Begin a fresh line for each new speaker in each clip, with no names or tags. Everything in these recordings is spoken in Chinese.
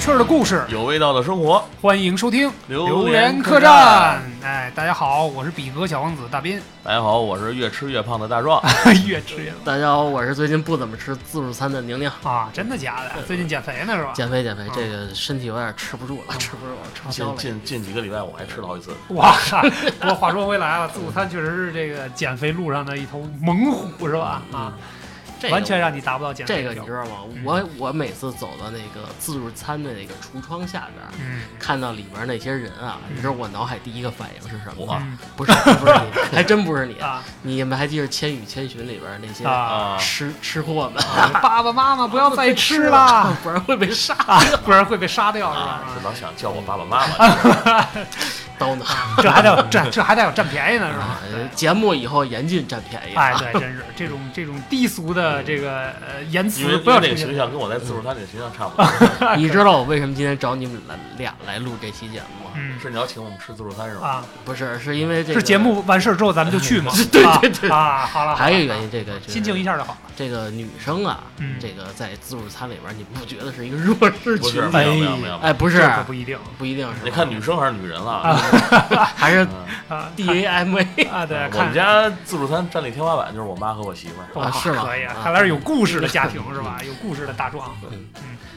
趣儿的故事，
有味道的生活，
欢迎收听《
榴
莲
莲
客
客
栈
栈》。
哎，大家好，我是比格小王子大斌，
大家好，我是越吃越胖的大壮。
越吃越
大家好，我是最近不怎么吃自助餐的宁宁，
啊，真的假的？最近减肥呢是吧？
减肥减肥
嗯，
这个身体有点吃不住了，吃不住了，吃不消
近
了。
近近几个礼拜，我还吃了好几次。
哇，不过话说回来了，啊自助餐确实是这个减肥路上的一头猛虎是吧？啊，
这个
完全让你达不到减肥
嗯这个
的效
你知
果。
道吗
嗯？
我我每次走到那个自助餐的那个橱窗下边儿，
嗯，
看到里边那些人啊，
嗯
你知道我脑海第一个反应是什么吗？
嗯
不是不是 你，还真不是你。
啊
你们还记得《千与千寻》里边那些
啊！
啊，
吃吃货们？
爸爸妈妈不要再吃
了
了，
不然会被杀。
啊， 不然会被杀掉是吧
啊？是老想叫我爸爸妈
啊
妈。
刀呢？
这还得这这还得有占便宜呢是吧？
呃节目以后严禁占便宜。啊
哎，对，真是这种这种低俗的这个呃言
因
辞
为
不要啊
因
出
为那个
现
形象跟我在自助餐里的形象差不多。
你知道我为什么今天找你们来俩来录这期节目吗？
嗯
是你要请我们吃自助餐是吧？
啊，
不是，是因为这个
是节目完事儿之后咱们就去嘛？
对
啊
对对
啊，好了，
还有一个
好
原
了，
因，这个就是
心静一下就好。
这个女生啊，
嗯
这个在自助餐里边，你不觉得是一个弱势
不
群
是，
体？
没有没有没有。没有
哎，不是
这，可不一定
不一定是吧。
你看女生还是女人
啊
了？
还是
嗯
啊
D A M A
啊，对，
我
看
们家自助餐占领天花板就是我妈和我 媳妇儿。
哇
啊是吗
可以啊，
啊
看来是有故事的家庭是 吧？有故事的大壮，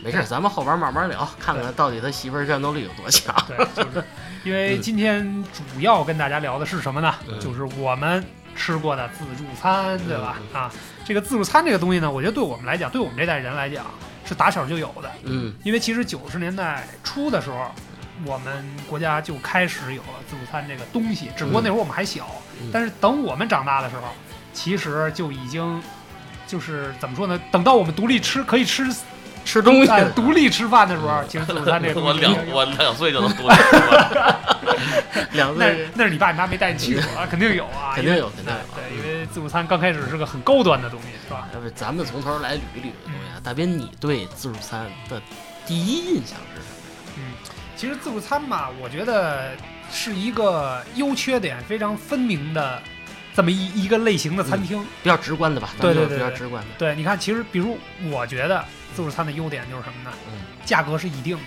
没事，咱们后边慢慢聊，看看到底他媳妇儿战斗力有多强。
对，就是因为今天主要跟大家聊的是什么呢？
嗯
就是我们吃过的自助餐，对吧？啊，这个自助餐这个东西呢，我觉得对我们来讲，对我们这代人来讲是打小就有的。
嗯，
因为其实九十年代初的时候，我们国家就开始有了自助餐这个东西，只不过那会儿我们还小，
嗯
但是等我们长大的时候，其实就已经就是怎么说呢？等到我们独立吃可以吃
吃东西
哎独立吃饭的时候，其实自助餐 这个
我
东西已经
两
有
我两岁就能多 吃了。
两
那
个
是
人
那是你爸你妈没带你去过 啊，肯定有啊，
肯
因
定
为
有，肯定
哎
有。
对，因为自助餐刚开始是个很高端的东西，是吧？
要不咱们从头来捋一捋这东
嗯
西啊。大斌，你对自助餐的第一印象是什么？
其实自助餐吧，我觉得是一个优缺点非常分明的这么一一个类型的餐厅。
比较直观的吧？咱
对对
们就
对
比较
对
直观的。
对，你看，其实比如我觉得自助餐的优点就是什么呢？
嗯
价格是一定的，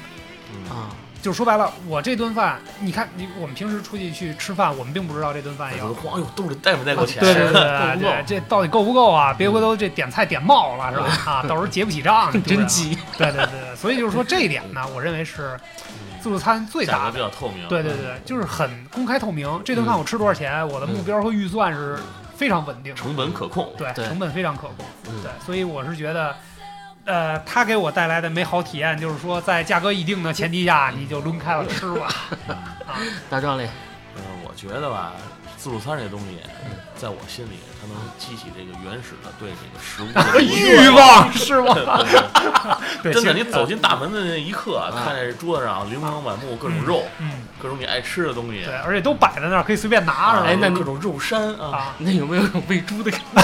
嗯
啊，
就是说白了，我这顿饭，你看你我们平时出去去吃饭，我们并不知道这顿饭要
我。晃，哎呦，兜里带没带够钱？
对对对
够
对
不够
对，这到底够不够啊？别回头这点菜点冒了是吧？啊，到时候结不起账，对不对
真。急。
对对对，所以就是说这一点呢，我认为是
嗯
自助餐最
价
大
格
的
比较透明。嗯
对对对，就是很公开透明。这顿饭我吃多少钱，我的目标和预算是非常稳定的，
成本可控。
对，
对
成本非常可控。
嗯
对，所以我是觉得，呃，它给我带来的美好体验就是说，在价格一定的前提下，你就抡开了吃 吧。啊，
大壮嘞，
嗯，我觉得吧，自助餐这东西，
嗯
在我心里，它能激起这个原始的对这个食物的
哎欲 望是吗？ 对，
真的，
其
你
实
走，进大门的那一刻，
啊
看见桌子上琳琅满目各种肉，
嗯，
各种你爱吃的东西啊
对，，而且都摆在那儿，可以随便拿，是吧？
哎那你
各种肉山啊，
啊，
那有 没有种喂猪的感觉？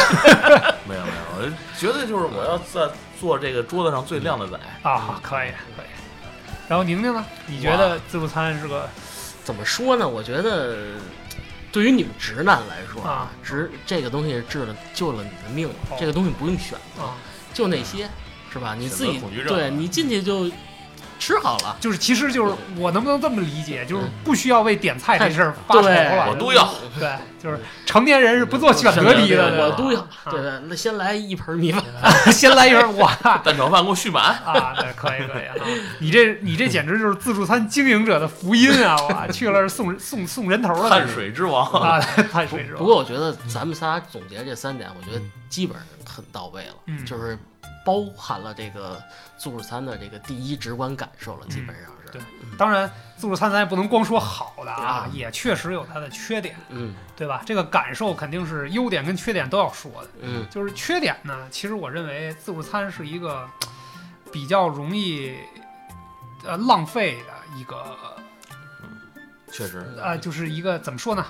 没有没有，我觉得就是我要在做这个桌子上最靓的仔。
啊，可以可以。然后宁宁呢？你觉得自助餐是个
怎么说呢？我觉得，对于你们直男来
嗯
说
啊，
直这个东西治了救了你的命了
哦嗯
这个东西不用选，
啊？
就那些，是吧？你自
选
己
择恐惧症啊
对你进去就吃好了，
就是，其实就是我能不能这么理解，就是不需要为点菜这事儿发
对
愁了。
嗯我都要，
对，就是成年人是不做选
选
择
择
题
题
的，对
对
吧
我都要。对
啊
对，那先来一盆米饭，
先来一份我啊，
蛋炒饭给我 续满，
对，可以可以啊，你这你这简直就是自助餐经营者的福音啊！我去了是送送送人头了，
碳水之王。
啊，碳水是吧？
不过我觉得咱们仨总结这三点，我觉得基本上很到位了，
嗯
就是包含了这个自助餐的这个第一直观感受了，基本上是。
嗯对当然，自助餐咱也不能光说好的啊
啊，
也确实有它的缺点，
嗯
对吧？这个感受肯定是优点跟缺点都要说的。
嗯
就是缺点呢，其实我认为自助餐是一个比较容易呃浪费的一个
确实，
呃，就是一个怎么说呢？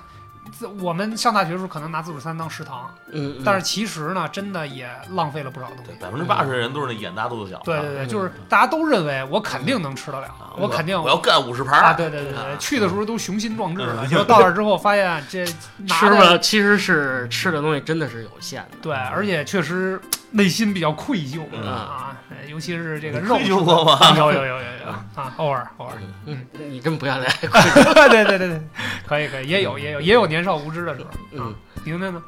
自我们上大学的时候可能拿自助餐当食堂，
嗯，嗯
但是其实呢，真的也浪费了不少东西。
百分之八十的人都是那眼大肚子小。
对对
啊
对，就是大家都认为我肯定能吃得了
啊，
我肯定
我要干五十盘
啊，
儿。
对对对对，
啊
去的时候都雄心壮志了，
嗯
结果到那儿之后发 现这拿
吃
的
吧，其实是吃的东西真的是有限的。
对，而且确实内心比较愧疚
嗯
啊，呃尤其是这个
你
肉
愧疚过吗
啊有有有有有啊，偶尔偶尔，
嗯，你这么不要脸，
对对对对，可以可以，也有也有也有年少无知的时候。啊
嗯，
您呢呢？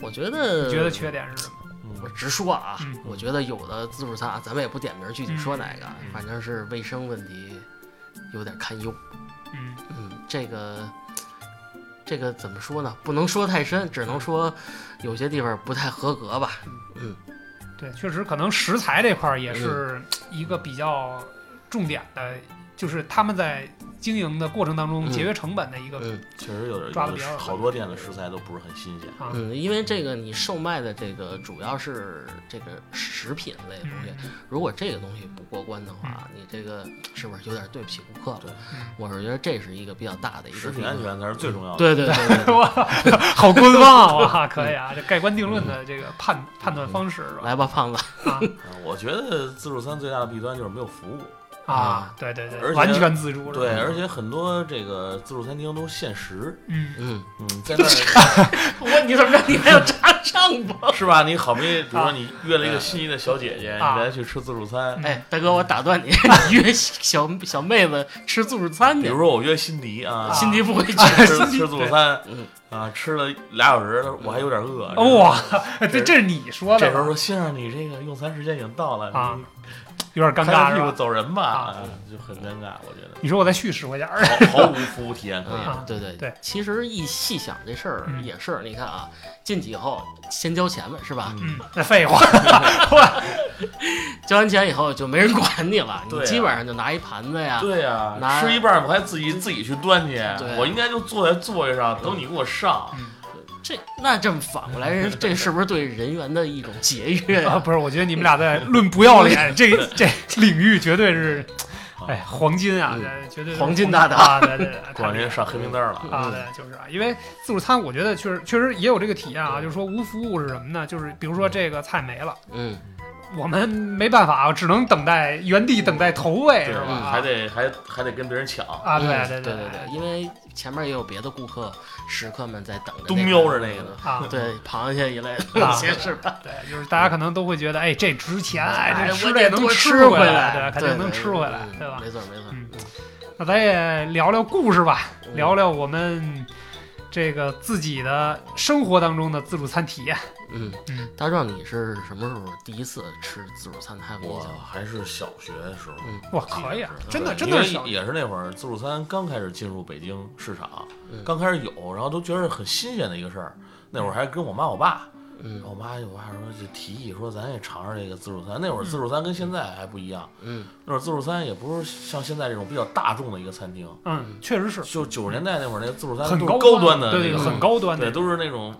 我觉得
觉得缺点是什么？
我直说啊
嗯，
我觉得有的自助餐啊，咱们也不点名具体说哪个
嗯，
反正是卫生问题有点堪忧。
嗯
嗯，这个这个怎么说呢？不能说太深，只能说有些地方不太合格吧。嗯，
对，确实可能食材这块儿也
嗯
是一个比较重点的，就是他们在经营的过程当中
嗯
节约成本的一个
嗯
确实有点
抓
有
得
的
比较
是好多店的食材都不是很新鲜。
啊，
嗯，因为这个你售卖的这个主要是这个食品类的东西，
嗯
如果这个东西不过关的话，你这个是不是有点嗯对不起顾客
对
了
嗯？
我是觉得这是一个比较大的一个
食品安全才是最重要的。
对对对 对对，
我 好官方啊！哇， 可以啊，这盖棺定论的这个
嗯
判判断方式是吧？
来吧，胖子，
啊
啊，我觉得自助餐最大的弊端就是没有服务。
啊，对对对，
嗯而且
完全自助是吧
对，
嗯
而且很多这个自助餐厅都限时，
嗯，
嗯，
嗯，在那 儿
我你怎么着？你还有扎上吧？
是吧？你好不容易，比如
啊
说你约了一个心仪的小姐姐，你
啊
带她去吃自助餐。
哎，大哥，我打断你，你约小小妹子吃自助餐
比
去
如，说我约辛迪啊，
辛迪 不会去。
吃
嗯辛
吃
迪
自助餐
对嗯，
啊，吃了俩小时，我还有点饿。
哦哇，这
这
这是你说的
嗯这
吧，
时候说先生，你这个用餐时间已经到了，
啊有
你
点尴
拍拍
尬是
屁股
吧？
走人吧，
啊
啊就很尴尬，我觉得
你说我再续十块钱儿，
毫毫无服务体验可言。
啊
嗯，对对
对，
其实一细想这事儿
嗯
也是，你看啊，进去以后先交钱吧，是吧？
嗯，那废 话，
交完钱以后就没人管你了，
对
你
啊
基本上就拿一盘子呀，
对呀、
拿
吃一半我还自己自己去端去，
对
我应该就坐在座位上等你给我上。
嗯
这那这么反过来，人这是不是对人员的一种节 约
啊，
呀？
不是，我觉得你们俩 在论不要脸这这领域绝对是，哎，黄金啊，
嗯
这绝对是
黄金大
金
道
啊， 对对对，
过两天上黑名单了，
嗯
啊，对，就是啊，因为自助餐，我觉得确实确实也有这个体验啊，就是说无服务是什么呢？就是比如说这个菜没了，
嗯，
我们没办法，啊只能等待原地等待投喂，
对
是吧？
还得还还得跟别人抢，
啊，对
嗯嗯对
对
对
对
因为前面也有别的顾客食客们在等着，
都瞄着那个呢。
啊，
对，螃蟹一类的
啊
那些是吧？
对，就是大家可能都会觉得，哎，这值钱，哎，这
我
吃
得
这能
多
吃
回
来，
对，
肯定能吃回来，
嗯
对吧？
没错没错，
嗯那咱也聊聊故事吧，
嗯
聊聊我们这个自己的生活当中的自助餐体验。
嗯
嗯，
大壮，你是什么时候第一次吃自助餐？还有印
我
象吗？
还是小学的时候，
嗯
哇，可以啊，
对
真的真
因
的
为
是小
也是那会儿自助餐刚开始进入北京市场
嗯，
刚开始有，然后都觉得很新鲜的一个事儿。那会儿还跟我妈我爸，
嗯
我妈我爸说就提议说咱也尝尝这个自助餐。那会儿自助餐跟现在还不一样，
嗯
那会儿自助餐也不是像现在这种比较大众的一个餐厅，
嗯，确实是
就九十年代那会儿那个自助餐
很
都是
高
端的
对
那
对，
种，
很高端的
对，，都是那种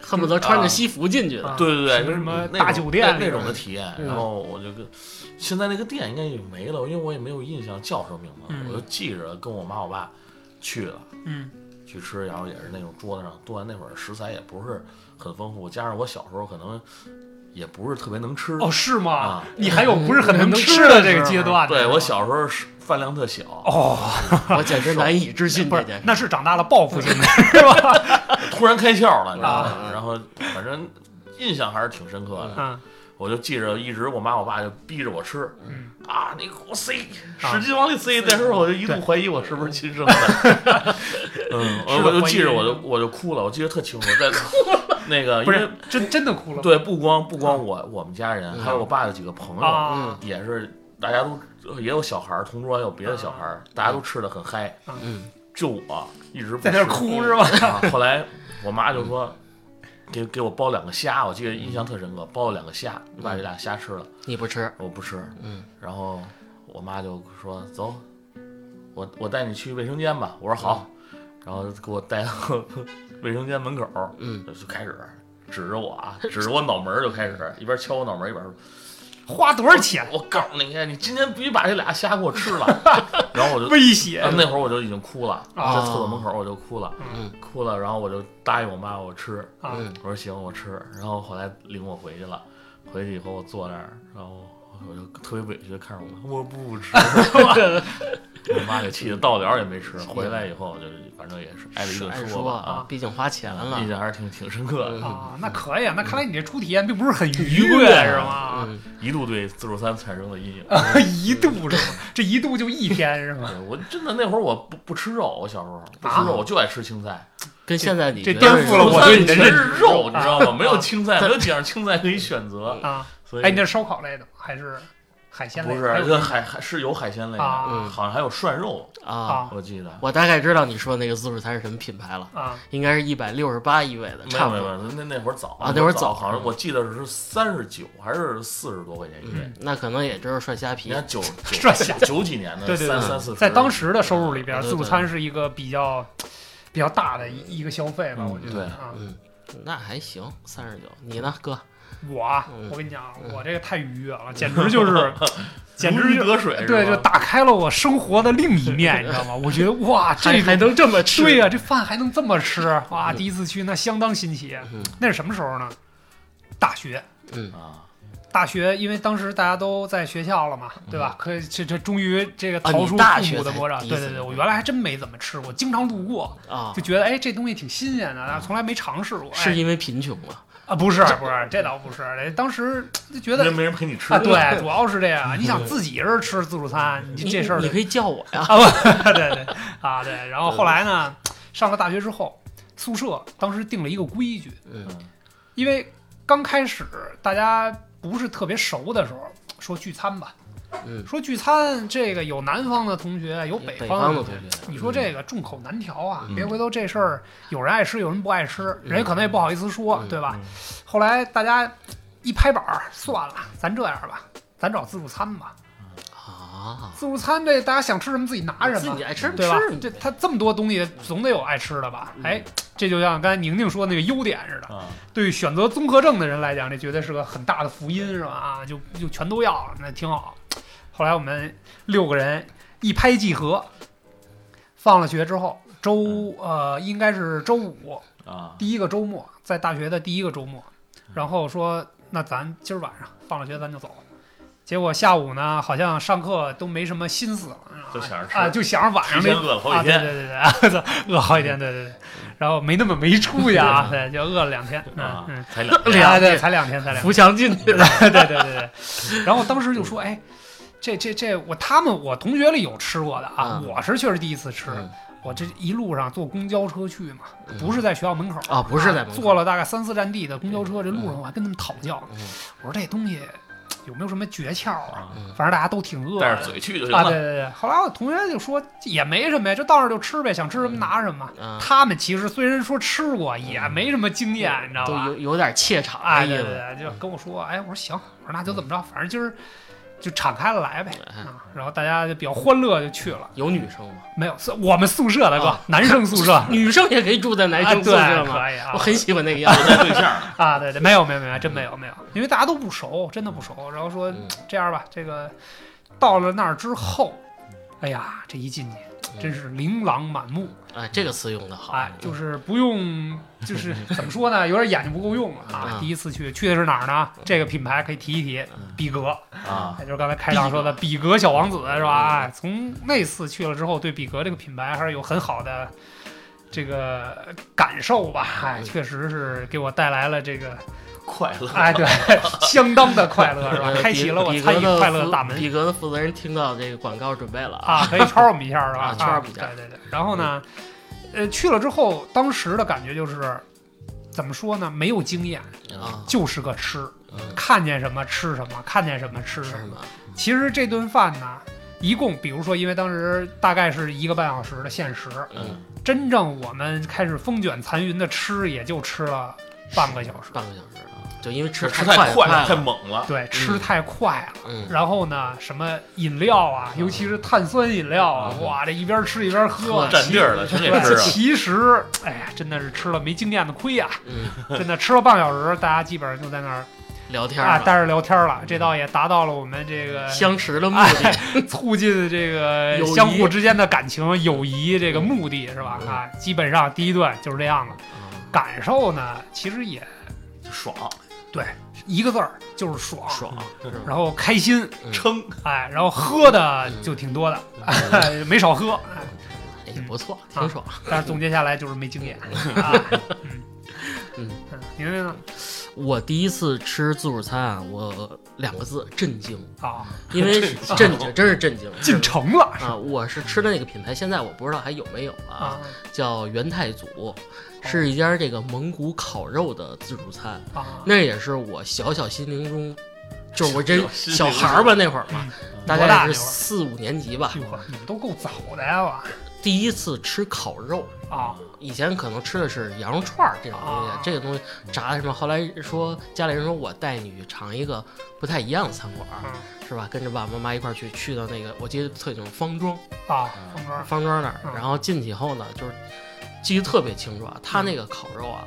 恨不得穿着西服进去的。
啊
对对对，
什么
就是
什么
那种
大酒店
那
那
那
种
种的体验。
嗯
然后我就跟现在那个店应该也没了，因为我也没有印象叫什么名字，
嗯
我就记着跟我妈我爸去了
嗯
去吃，然后也是那种桌子上端，那会儿食材也不是很丰富，加上我小时候可能也不是特别能吃。
哦，是吗
啊？嗯
你还有不是很
能
能
吃
吃的
的
这个
时候
阶段呢？
对
是吧
我小时候是饭量特小，
哦，
我简直难以置信
不
这
是
件，事。
那是长大了报复性 的，是吧？
突然开窍了，你知道
啊
吗？然后反正印象还是挺深刻的。
嗯
我就记着，一直我妈我爸就逼着我吃，
嗯
啊，你给我塞，
啊
使劲往里塞。那时候我就一度
对
怀疑我是不是亲 生的，
是
嗯，我我就
怀疑
记着，
人
我就
生
我就哭了，我记得特清楚， 在那个因
不
为
是真真的哭了嗯
对，不光不光我我们家人，还有我爸的几个朋友，
啊
也是大家都也有小孩儿，同桌也有别的小孩
啊
儿，大家都吃的很嗨，
嗯，
就我一直不
在那儿
吃
哭是吧？嗯
啊，后来我妈就说。给给我包两个虾，我记得印象特深刻，包了两个虾，你把这俩虾吃了，
你不吃，
我不吃，
嗯，
然后我妈就说：“走，我我带你去卫生间吧。”我说：“
嗯
好。然后给我带到 卫生间门口，
嗯，
就开始指着我 啊，指着我脑门儿就开始一边敲我脑门儿一边说
花多少钱：“？
我告诉你，你今天必须把这俩虾给我吃了。” 然后我就、
威胁
啊那会儿我就已经哭了，
啊
在厕所门口我就哭了，
嗯
哭了，然后我就答应我妈我吃，
啊
嗯
我说行，我吃。然后后来领我回去了，回去以后我坐那儿，然后我就特别委屈地看着我妈，我 不吃。我妈给气的到了也没 吃，回来以后就是反正也是挨了一
按
顿
说
吧
啊嗯
啊，，
毕竟花钱了
印。象还是挺挺深刻的。
啊，那可以啊，那看来你这初体验并不是很愉
愉
悦
悦啊
是吗？
嗯，
一度对自助餐产生了阴影。
啊， 一度是吗？这一度就一天是吗？
对我真的那会儿我不不吃肉，我小时候不吃肉，我就爱吃青菜。
跟现在你
这
觉
颠
得
覆了
中
我
餐
啊对
里
你的
全
认
是肉，你知道吗？没有
啊
青菜，没有几样青菜可以选择，
啊，
所以
哎，你这烧烤类的吗还是海鲜类
不
的？
是
还有
这海海是有海鲜类的，
啊
嗯
好像还有涮肉，
啊，
啊
我记得。
我大概知道你说那个自助餐是什么品牌了，
啊
应该是一百六十八一位的，
没
差
有
不
没有，没
多。
有那那会儿早
啊那会儿
早，
早
好像我记得是三十九还是四十多块钱一位。
嗯，那可能也就是涮虾
你
皮。
看九九
这下
九几年的，
对对
三
对
三四十，
在当时的收入里边，
对对
自助餐是一个比较比较大的一一个消费吧，
嗯
我觉
对
得啊。
嗯，那还行，三十九。你呢，哥？
我啊
嗯
我跟你讲啊，我这个太愉悦了，简直就是 简直
如鱼
就
得水，是
对，
吧
就打开了我生活的另一面，你知道吗？我觉得哇，这
还
种
还能这么吃？
对呀、这饭还能这么吃哇！
嗯
第一次去那相当新奇。
嗯
那是什么时候呢？大学，
嗯
啊，
大学，因为当时大家都在学校了嘛，对吧？可以这这终于这个
嗯啊
逃
你
出
大
父
学
母的
才
魔掌。
第一
对
次
对对，
吃
我原来还真没怎么吃过，经常路过
啊
就，觉得哎这东西挺新鲜的，但啊是从来没尝试过。哎
是因为贫穷吗？
啊，不是不是，这倒不是，哎当时就觉
因为
得
没人陪你吃
啊，对，主要是这样。啊你想自己人吃自助餐，你
你
这事儿
你可以叫我呀。
啊，不对对啊对。然后后来呢，上了大学之后，宿舍当时定了一个规矩，
嗯
因为刚开始大家不是特别熟的时候，说聚餐吧，
嗯，
说聚餐这个有南方的同学，有北
北
哦
方
的
同
同
学。
学，
你说这
嗯
个众口难调啊，
嗯
别回头这事儿有人爱吃，有人不爱吃，人家可能也不好意思说，
嗯
对吧？
嗯
后来大家一拍板儿，算了，咱这样吧，咱找自助餐吧。
啊，
自助餐这大家想吃什么自己拿什么，
自己爱吃
对吧？
吃嗯
这它这么多东西，总得有爱吃的吧？
嗯
哎，这就像刚才宁宁说那个优点似的，
啊，
对于选择综合症的人来讲，这绝对是个很大的福音，是吧？啊，就就全都要，那挺好。后来我们六个人一拍即合，放了学之后，
嗯
周呃应该是周五
啊，
第一个周末，在大学的第一个周末，
嗯
然后说那咱今儿晚上放了学咱就走。结果下午呢，好像上课都没什么心思了，
就想着吃
啊，就想着晚上
提
这
前饿了好
啊，
几天，
对对对对，啊 饿好几天，对对对，
嗯
然后没那么没出息啊， 对，就饿了两天，嗯
啊
嗯，，
才两
两
啊
天
对，才 两天，才两天，
哎扶墙进去的。
对对对对对，然后当时就说，哎，这这这，我他们我同学里有吃过的啊，
嗯
我是确实第一次吃，我这一路上坐公交车去嘛，不是在学校门口
嗯啊不是在门口
坐了大概三四站地的公交车，这路上我还跟他们讨教，
嗯
我说这东西有没有什么诀窍啊？
啊，
嗯
反正大家都挺饿
带
的
着。嘴去就行
啊，对
了。
对对，后来我同学就说也没什么呀，就到那儿就吃呗，想吃什么拿什么。
嗯
他们其实虽然说吃过，也没什么经验，你知道
嗯都
吧？
有有点怯场
哎，
的
对
意
对
思。
对，就跟我说，哎，我说行，我说那就这么着，反正今儿就敞开了来呗
嗯
啊。然后大家就比较欢乐就去了，
有女生吗？
没有是我们宿舍的哥
啊，，
男生宿舍
女生也可以住在 男生宿
啊
舍
对
吗？
可以啊
我很喜欢那个样子。
我带对象了，
啊，对对，没有没有没有，真没有没有，因为大家都不熟，真的不熟。然后说
嗯
这样吧，这个到了那儿之后，
嗯
哎呀，这一进去真是琳琅满目。
哎，这个词用的哎好。嗯
哎，就是不用，就是 怎么说呢，有点眼睛不够用了啊！
嗯
第一次去，去的是哪儿呢？这个品牌可以提一提，比格，
啊
也就是刚才开场说的比格小王子，是吧？
嗯
哎，从那次去了之后，对比格这个品牌还是有很好的这个感受吧。哎，
嗯
确实是给我带来了这个，
快乐。
哎，对， 相当的快乐，是吧
呃？
开启了我
比
参与
比格的
快乐的大
负
门。
比格的负责人听到这个广告准备了啊，
啊，可以圈我们一下是吧？
啊圈我们一下
对对对。然后呢，呃，去了之后，当时的感觉就是，怎么说呢？没有经验，
啊
就是个吃，
嗯
看见什么吃什么，看见什么吃什
是
么。
吗？
其实这顿饭呢，一共，比如说，因为当时大概是一个半小时的限时，
嗯，
真正我们开始风卷残云的吃，也就吃了半个小时。
半个小时啊，就因为吃
吃
太
太快了，
了
太。猛了。
对，吃
嗯
太快了。
嗯，
然后呢，什么饮料啊，尤其是碳酸饮料啊，
嗯
哇，这一边吃一边喝啊，
喝
占地儿了，全给吃
对，
啊
了。
其实，哎呀，真的是吃了没经验的亏 呀、
嗯，
真的吃了半小时，大家基本上就在那儿
聊天
啊
儿吧，
待着聊天了。这倒也达到了我们这个
相识的目的。
促进这个
友谊嗯
相互之间的感情、友谊这个目的是吧？啊，基本 上第一顿就是这样了。
啊
感受呢，其实也
爽，
对，一个字儿就是爽，
爽，
然后开心，
嗯
撑，
哎，然后喝的就挺多的，
嗯
没少喝，哎
也不错，
啊
挺爽。
但是总结下来就是没经验。 啊
嗯，
嗯您呢？
我第一次吃自助餐啊，我两个字震 惊，
啊，
因为震惊，真是震惊。
进城了
啊，我是吃的那个品牌，现在我不知道还有没有了
啊
叫元太
哦
祖，是一家这个蒙古烤肉的自助餐，
啊！
那也是我小小心灵中，就是我这
心灵
小孩儿吧那会儿嘛，大
嗯多大
概
那会儿
是四五年级吧，
哟呵，啊你们都够早的呀吧？
第一次吃烤肉。
啊
以前可能吃的是羊肉串儿这种东西，
啊
这个东西炸的什么？后来说家里人说我带你去尝一个不太一样的餐馆儿，
嗯
是吧？跟着爸爸妈妈一块儿去，去到那个我记得特清楚，方庄，
啊，风格
方庄那儿
嗯，
然后进去以后呢，就是记得特别清楚啊，他
嗯
那个烤肉啊，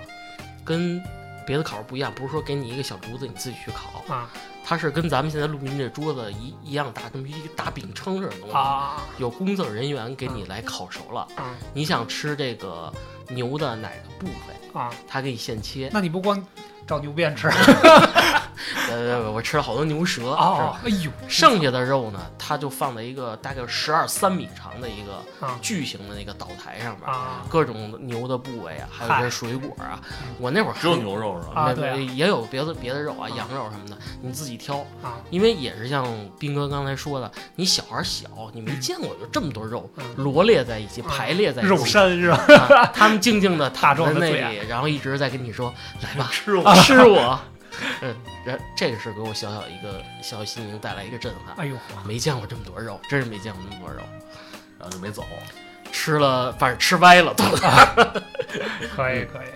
跟别的烤肉不一样，不是说给你一个小竹子你自己去烤，
啊
它是跟咱们现在录音这桌子一一样大，这么一个大饼铛似的东西，
啊
有工作人员给
嗯
你来烤熟了。
啊
你想吃这个牛的哪个部位？
啊！
他给你现切，
那你不光找牛鞭吃啊？
呃，我吃了好多牛舌，是吧
哦哎呦，
剩下的肉呢，它就放在一个大概十二三米长的一个
啊
巨型的那个岛台上面，
啊
各种牛的部位啊，还有一
嗨
些水果啊
嗯。
我那会儿
只有牛肉是吧？
啊
没
对啊
没也有别的别的肉啊，
嗯
羊肉什么的，你自己挑。
啊！
因为也是像斌哥刚才说的，你小孩小，你没见过有这么多肉
嗯
罗列在一起，
嗯
排列在一起。
肉山是吧？
啊他们静静的
大
躺
壮的
在那
最爱
里，然后一直在跟你说：“来吧，
吃我，
啊，是 我。嗯，然这个是给我小小一个小小心灵带来一个震撼，
哎呦，
没见过这么多肉，真是没见过这么多肉，
然后就没走。
吃了反正吃歪了都。
可以可以，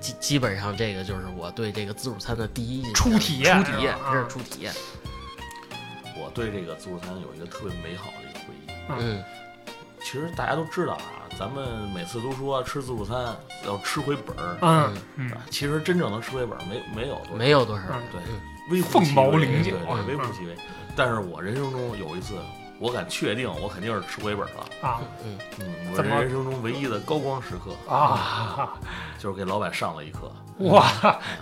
基基本上这个就是我对这个自助餐的第一印象，
初体验
初体验，这是初体验。
我对这个自助餐有一个特别美好的一个回忆。
啊
嗯
其实大家都知道啊，咱们每次都说吃自助餐要吃回本儿，
嗯嗯
啊其实真正能吃回本儿没没有多少
没有多少，
嗯
对
嗯，
微乎
凤
其
毛
微
麟角
对对
嗯
微乎其微。但是我人生中有一次，我敢确定，我肯定是吃回本了。
啊
嗯
嗯，我
怎么
人生中唯一的高光时刻，
啊！
就是给老板上了一课，
哇，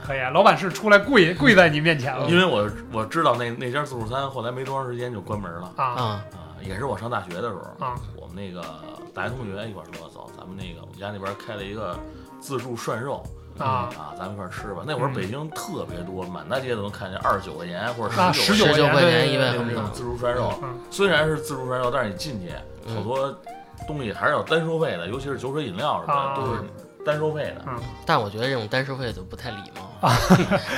可以啊！老板是出来跪跪在你面前了
因为我我知道那那家自助餐后来没多长时间就关门了
啊
啊
啊，也是我上大学的时候，
啊
我们那个大学同学一块儿说，走，咱们那个我们家那边开了一个自助涮肉。
啊！
啊，咱们一块儿吃吧。那会儿
嗯
北京特别多，满大街都能看见二十九块钱或者
啊
十
19
九
块
十九
钱
块
对
钱
对
一
对
位
对
那
红
种
糖，
自助涮肉
嗯，
虽然是自助涮肉，但是你进去
嗯
好多东西还是要单收费的，尤其是酒水饮料什么
啊
的都是单收费的。
嗯
但我觉得这种单收费就不太礼貌，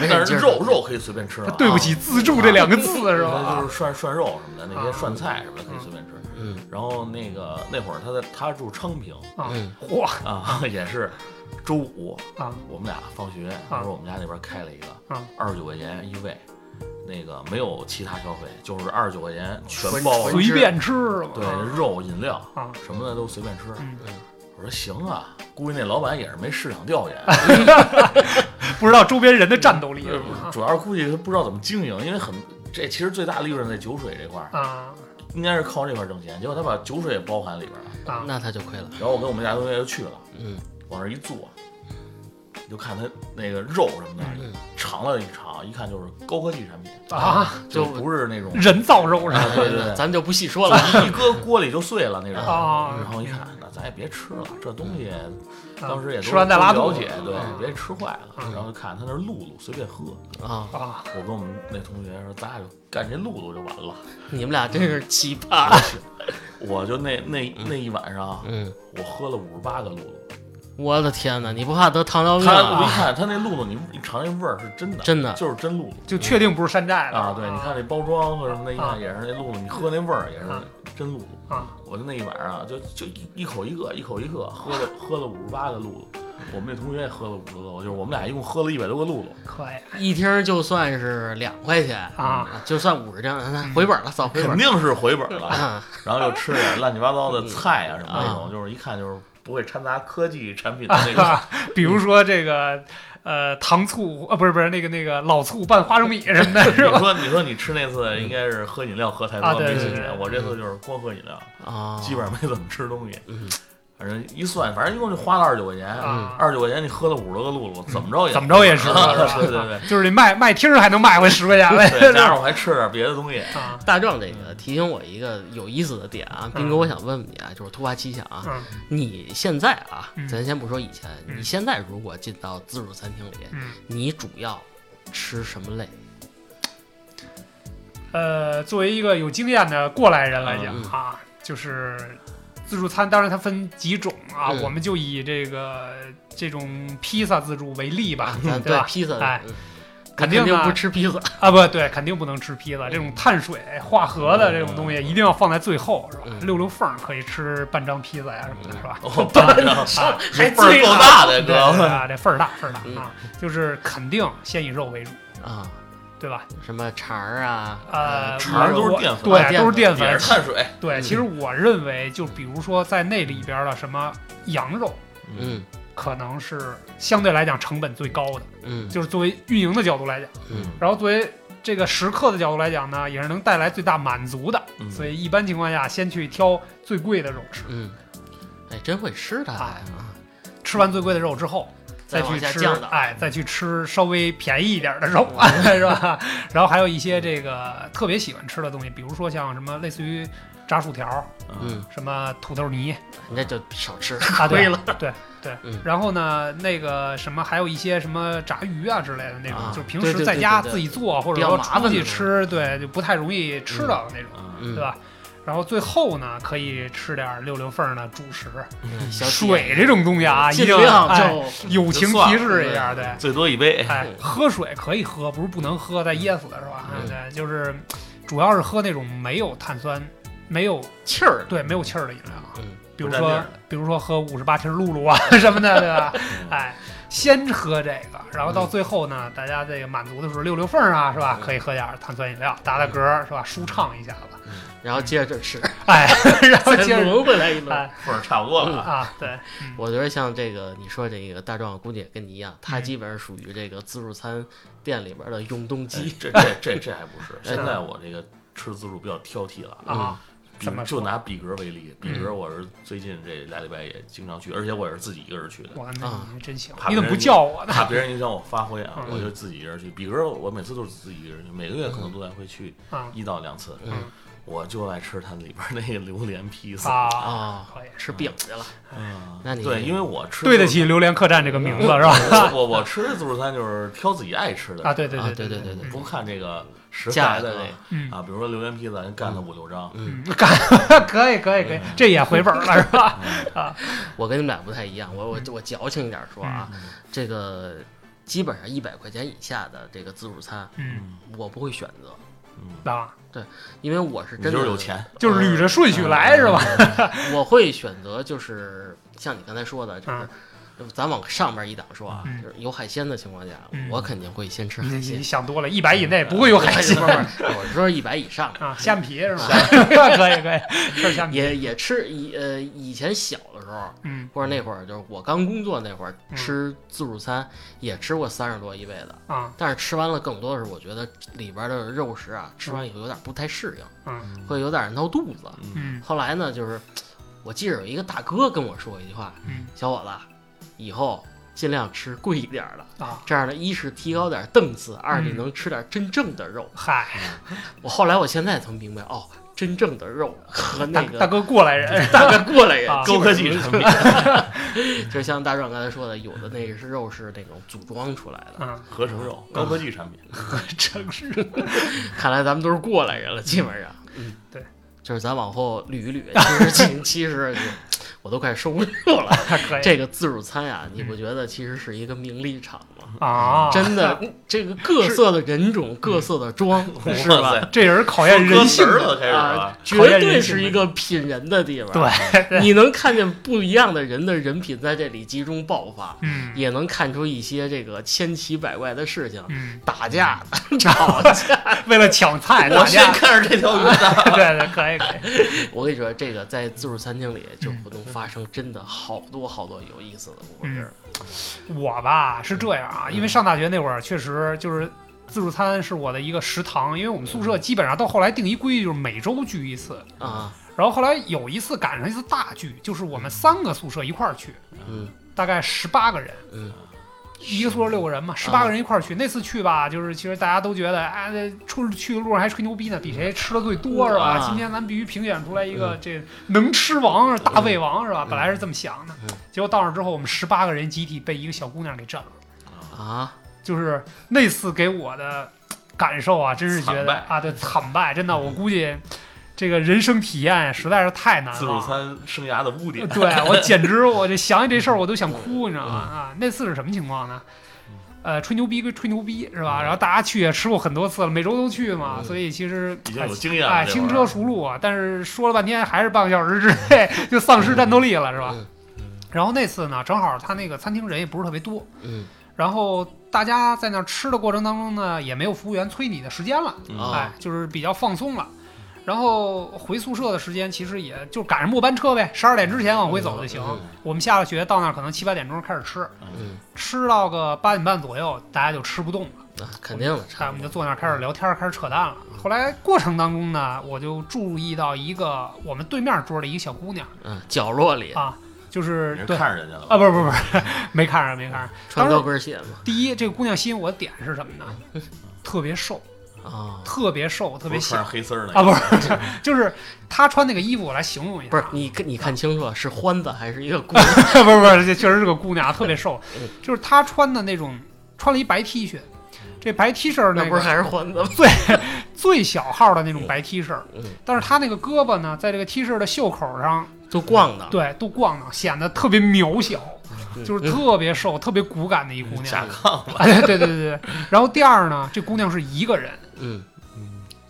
没 事
但
劲
是
儿
肉肉可以随便吃了啊，
对不起“自助”这两个字是
那就
吧？
是涮涮肉什么的，那
啊
些涮菜什么的可以
嗯
随便吃。
嗯
然后那个那会儿他在他住昌平
啊
嗯
嚯
啊， 也是周五
啊
我们俩放学，那时候我们家那边开了一个
啊，
二十九块钱一位，那个没有其他消费，就是二十九块钱全
纯
包了，
随便吃是吧？
对，肉、饮料
啊
什么的都随便吃。
嗯，
嗯，
我说行啊，估计那老板也是没市场 调研，
不知道周边人的战斗力啊
呃主要是估计他不知道怎么经营，因为很这其实最大利润在酒水这块儿，
啊
应该是靠这块儿挣钱。结果他把酒水也包含里边了，
啊
那他就亏了，
然后我跟我们家同学就去了，
嗯
往那儿一坐，你就看他那个肉什么的
嗯，
尝了一尝，一看就是高科技产品，
啊！
就
就
不是那种
人造肉是吧？
啊对对对
咱们就不细说了，
一搁锅里就碎了那种。
啊，
然后一看，那咱也别吃了，这东西
啊
当时也都
吃完再拉
都
肚
了
子
解，对
啊，
别吃坏了。
嗯
然后看他那露露随便喝，
啊，
啊
我跟我们那同学说，咱俩就干这露露就完了。
你们俩真是奇
啊
啊
葩，
我就那那那一晚上啊，
嗯。
我喝了五十八个露露。
我的天哪，你不怕得
哎
糖尿病
他我一
啊？
看他那露露，你你尝那味儿是真的，
真的
就是真露露
就确定不是山寨了
啊！对，你看那包装和什么的，一
啊
看也是那露露，你喝那味儿也是
啊
真露露。
啊
我就那一晚上啊就就一一口一个，一口一个，喝了喝了五十八个露露。我们那同学也喝了五十多个，就是我们俩一共喝了一百多个露露。
可以
一听就算是两块钱
啊，
就算五十张，那回本了，早回
肯
本
定是回本了。
啊！
然后又吃点乱七八糟的菜啊什么那种，就是一看就是不会掺杂科技产品的那种。
嗯啊，比如说这个呃糖醋啊，不是不是那个那个老醋拌花生米什么 的，是
你
吧？
说你说你吃那次应该是喝饮料喝太
啊
多
对
没
对
信
对
心，我这次就是光喝饮料，
啊，
基本上没怎么吃东西。
嗯
反反正一算，反正一共就花了二十九块钱，
啊
二十九块钱你喝了五十多个露露，
嗯
怎么着也啊
怎么着也是
对对
就是这卖卖听着还能卖回十块钱来
对，对加上我还吃点别 的东西，
啊，
大壮这个提醒我一个有意思的点啊，斌哥，我想问问你啊，就是突发奇想啊，
嗯
你现在啊
嗯，
咱先不说以前，
嗯
你现在如果进到自助餐厅里，
嗯
你主要吃什么类？
呃，作为一个有经验的过来人来讲
嗯
啊，就是自助餐，当然它分几种啊，
嗯
我们就以这个这种披萨自助为例吧
啊，，咱
对吧？
披萨，
哎
嗯
肯
你
定
肯定
啊
不吃披萨，
啊，不对，肯定不能吃披萨，这种
嗯
碳水化合的这种东西一定要放在最后，是吧？
嗯
溜溜缝儿可以吃半张披萨呀什么的，是吧？
我嗯哦半
啊，
还份儿够嗯大的
对对对
哥，
啊，这份儿大份儿大啊，就是肯定先以肉为主，
啊，
对吧？
什么肠儿啊，
呃，
肠儿嗯都是
我
淀粉
啊
对，都是淀
淀
也
粉
是。碳水，
对，
嗯
其实我认为，就比如说在那里边儿的什么羊肉，
嗯
可能是相对来讲成本最高的，
嗯
就是作为运营的角度来讲，
嗯
然后作为这个食客的角度来讲呢，也是能带来最大满足的。
嗯，
所以一般情况下，先去挑最贵的肉吃，
嗯，哎，真会吃它
哎
啊，
吃完最贵的肉之后，再
往
去
下
吃
降的，，
哎，再去吃稍微便宜一点的肉，啊 是吧？然后还有一些这个特别喜欢吃的东西，比如说像什么类似于炸薯条、
嗯，
嗯，
什么土豆泥
你这就少吃，
啊，对
亏了，
对对
嗯。
然后呢，那个什么，还有一些什么炸鱼啊之类的那种
啊，
就是平
对
时
对
在
对
家
对对
自己做，或者
比较
说
麻
出
烦
去
的那
吃，对，就不太容易吃到的那种，
嗯
对
嗯，
吧？然后最后呢，可以吃点溜溜缝儿的主食，
小
水这种东西啊，一
嗯尽
定
量
哎
就
友情提示一下，对。
嗯最多 一杯，
哎
对，
喝水可以喝，不是不能喝，再噎死是吧？
嗯
啊对，就是主要是喝那种没有碳酸、没有
气儿，
对没有气儿的饮料，啊
嗯
比如
不占地
说
儿
比如说喝五十八瓶露露啊 什么的，对吧？
嗯
哎，先喝这个，然后到最后呢，大家这个满足的时候溜溜缝儿啊，是吧？
嗯
可以喝点儿碳酸饮料，打打嗝儿是吧？舒畅一下子，
然后接着吃，
哎， 然后
再
接着
轮回来一 轮。
哎
份儿差不多了，
啊，对，嗯
我觉得像这个你说这个大壮，估计也跟你一样，他
嗯
基本上属于这个自助餐店里边的永动
哎
机。
这这这这还不 是，
是
啊
现在我这个吃自助比较挑剔了。
啊，
嗯
比
怎么说
就拿比格为例，比格
嗯
我是最近这俩礼拜也经常去，而且我也是自己一个人去的，
我那
啊
你真行
怕，
你怎么
别人
不叫我呢？
怕别人影响我发挥啊，
嗯
我就自己一个人去。比格我每次都是自己一个人去，每个月可能都来回去
啊
一到两次。
嗯
我就爱吃它里边那个榴莲披萨。
啊，
啊，
可以，
吃饼去了，
嗯
那你
对，因为我吃
对得起“榴莲客栈”这个名字是吧？
我我我吃的自助餐就是挑自己爱吃
啊，
的，
对对
啊
对
对对对
嗯
不看这个食
价
材
格
的这
嗯
个啊，比如说榴莲披萨，人干了五六张，
嗯，干 可以可以可以，这也回本儿了是吧？
我跟你们俩不太一样，我
嗯
我我矫情一点说啊，这个基本上一百块钱以下的这个自助餐，
嗯，
我不会选择，
嗯，
啊，
因为我是
你
真的
就是有钱，
就是捋着顺序来是吧？
我会选择就是像你刚才说的，就是
嗯。
咱往上面一档说啊，
嗯
就是有海鲜的情况下，
嗯
我肯定会先吃
你
海
你
鲜。
想多了，啊一百以内不会有海 鲜
不是不是我是说一百以上 的，
啊，虾皮是吧？可以可以，吃虾皮，
也也吃以呃以前小的时候，
嗯
或者那会儿就是我刚工作那会儿
嗯
吃自助餐，也吃过三十多一位的，
啊
但是吃完了更多的是我觉得里边的肉食啊，吃完以后有点不太适应，
嗯
会有点闹肚子。
嗯，
嗯
后来呢，就是我记着有一个大哥跟我说一句话，
嗯
小伙子，以后尽量吃贵一点的，
啊，
这样呢，一是提高点档次，二你
嗯
能吃点真正的肉。
嗨，
我后来我现在才明白，哦，真正的肉和
大
那
大
个
哥过来人，
大概过来人
啊，
高科技产品，
就像大壮刚才说的，有的那个是肉是那种组装出来的。
嗯，
合成肉，高科技产品，
真是
看来咱们都是过来人了，基本上。嗯，
对，
就是咱往后捋一捋，其 实其实我都快受不住了。
可以
这个自助餐呀、你不觉得其实是一个名利场吗？
啊，
真的，这个各色的人种，各色的装，是
哇
吧？
塞？
这人考验人性
说歌词
的，
儿了，开始
啊
了，，
绝
考验
对
人性
是
的
一个品人的地方。
对，
你能看见不一样的人的人品在这里集中爆发，
嗯
也能看出一些这个千奇百怪的事情，
嗯，
打架、 吵架。
为了抢菜
我
打
先
架，
看着这
啊
条鱼的，
对对，可以可以。
我跟你说，这个在自助餐厅里就不能发生真的好多好多有意思的故事。
嗯我吧是这样啊，因为上大学那会儿确实就是自助餐是我的一个食堂，因为我们宿舍基本上到后来定一规矩就是每周聚一次，
啊，
然后后来有一次赶上一次大剧，就是我们三个宿舍一块儿去，
嗯
大概十八个人，
嗯，啊
一个宿舍六个人嘛，十八个人一块儿去。那次去吧，就是其实大家都觉得，哎，这出去的路上还吹牛逼呢，比谁吃的最多是吧
啊？嗯
今天咱们必须评选出来一个这能吃王是大胃王是吧？本来是这么想的
嗯，
结果到那之后，我们十八个人集体被一个小姑娘给占了。
啊，
就是那次给我的感受啊，真是觉
惨
得
败
啊，对，惨败，真的，我估计这个人生体验实在是太难
自助
了。
餐生涯的污点。
啊对我简直，我这想起这事儿我都想哭，你知道吗？啊，那次是什么情况呢？呃，吹牛逼归吹牛逼是吧？
嗯
然后大家去也吃过很多次了，每周都去嘛，
嗯
所以其实
已经有经验了，
哎
这
轻
玩意
车
儿
熟路啊。但是说了半天还是半个小时之内 就丧失战斗力了是吧
嗯？
然后那次呢，正好他那个餐厅人也不是特别多，
嗯
然后大家在那儿吃的过程当中呢，也没有服务员催你的时间了，
嗯
啊
哎，就是比较放松了。然后回宿舍的时间其实也就赶上末班车呗，十二点之前往回走就行。
嗯
我们下了学到那儿可能七八点钟开始吃，
嗯，
吃到个八点半左右，大家就吃不动了，
那啊肯定的，
哎，
差
我
不
们
多
就坐那儿开始聊天，开始扯淡了。后来过程当中呢，我就注意到一个我们对面桌的一个小姑娘
嗯，角落里
啊，就是
你是
对
看着人家了吧
啊，不是不是不是， 没看上没看上。
穿高跟鞋嘛，
第一，这个姑娘吸引我的点是什么呢？特别瘦，
啊，
特别瘦，特
不
别
是
小
穿上黑丝儿呢
啊，不是， 就是她穿那个衣服，我来形容一下，啊
不是你看你看清楚了，是欢子还是一个姑娘？
不是不是，这确实是个姑娘，啊特别瘦
嗯，
就是她穿的那种，穿了一白 T 恤，这白 T 恤
那
那
不
个
是还是欢子吗？
最小号的那种白 T 恤
嗯，
但是她那个胳膊呢，在这个 T 恤的袖口上，
就逛的，
对，都逛荡，显得特别渺小，
啊嗯
就是特别瘦、特别骨感的一姑
甲
娘。
亢吧，
哎，对对对对。然后第二呢，这姑娘是一个人，
嗯，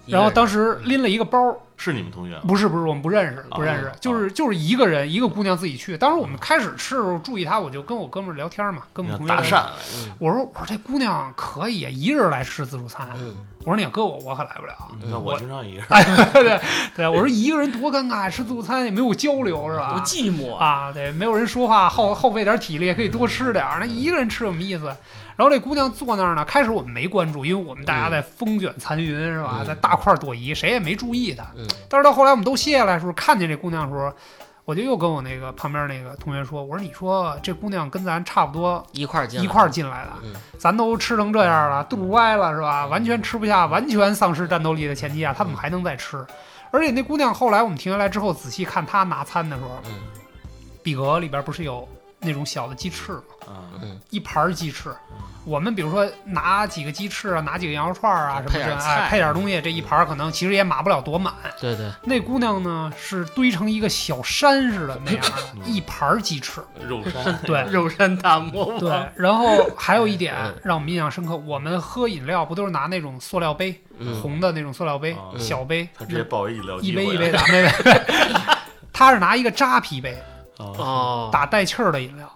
然后当时拎了一个包，
是你们同
嗯
学吗？
不是不是，我们不认识，不认识
哦，
就是就是一个人一个姑娘自己去。当时
嗯
我们开始吃的时候注意她，我就跟我哥们儿聊天嘛，跟我们同学
搭
聊
讪
天。
来着，
我说我说这姑娘可以，啊一人来吃自助餐。
嗯
我说你要搁我，我可来不了。
那嗯我经常 也是，
对，啊我说一个人多尴尬，吃自助餐也没有交流是
多
吧？
寂寞，
啊，对，没有人说话，耗耗费点体力，可以多吃点儿。那一个人吃有什么意思？然后这姑娘坐那儿呢，开始我们没关注，因为我们大家在风卷残云是吧，
嗯
在大块朵颐，谁也没注意她。
嗯
但是到后来我们都卸下来的时候，看见这姑娘的时候，我就又跟我那个旁边那个同学说：“我说你说这姑娘跟咱差不多
一块儿进来
一块儿进来的，
嗯
咱都吃成这样了，肚子歪了是吧？完全吃不下，完全丧失战斗力的前提下，她怎
嗯
么还能再吃？而且那姑娘后来我们停下来之后，仔细看她拿餐的时候，
嗯
比格里边不是有那种小的鸡翅吗？
嗯，
嗯，
一盘儿鸡翅，我们比如说拿几个鸡翅啊，拿几个羊肉串儿啊什
配
么
点
的，
菜
哎，配点东西，这一盘儿可能其实也码不了多满。
对对，
那姑娘呢是堆成一个小山似的那 样的
嗯
一盘儿鸡翅。
肉山，
对
肉山大魔
对
王，，
然后还有一点
嗯
让我们印象深刻，我们喝饮料不都是拿那种塑料杯，
嗯
红的那种塑料杯，
嗯
小杯，
他直接抱一饮料
一
机啊
杯一
回
杯
来，
打那个。 他是拿一个扎啤杯，
啊，
哦，
打带气儿的饮料。
哦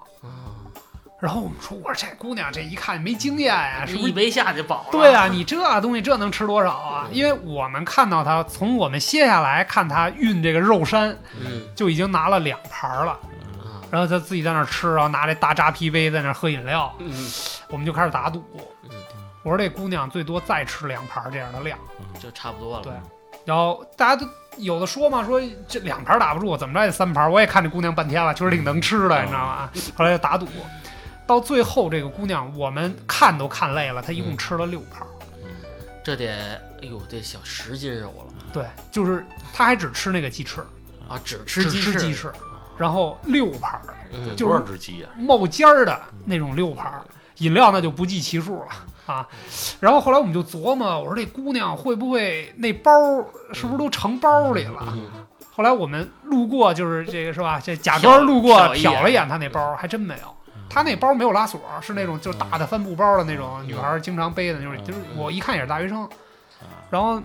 然后我们说，我说这姑娘这一看没经验呀、啊是不
一
是？
杯下去饱了，
对啊，你这东西这能吃多少啊？因为我们看到她从我们卸下来看她运这个肉山，
嗯
就已经拿了两盘儿了。
啊
然后他自己在那儿吃，然后拿这大扎啤杯在那儿喝饮料，
嗯，
我们就开始打赌
嗯。
我说这姑娘最多再吃两盘儿这样的量，
就差不多了，
对。然后大家都有的说嘛，说这两盘儿打不住，怎么着也三盘儿。我也看这姑娘半天了，确实挺能吃的，你知道吗？
嗯
后来就打赌，到最后这个姑娘我们看都看累了，她一共
嗯
吃了六盘儿。
这得，哎呦，这小十斤肉了
对，就是她还只吃那个鸡翅，
啊！只吃
只
鸡
吃鸡
翅，
翅，然后六盘儿
这
嗯
就
多少只鸡呀？
冒尖儿的那种六盘儿，饮料那就不计其数了啊。然后后来我们就琢磨，我说这姑娘会不会那包儿是不是都盛包里了？
嗯
后来我们路过，就是这个是吧？这假装路过
瞟一眼
瞟了一眼她那包儿，还真没有。她那包儿没有拉锁，是那种就是大的帆布包的那种，女孩儿经常背的那种。就是我一看也是大学生，然后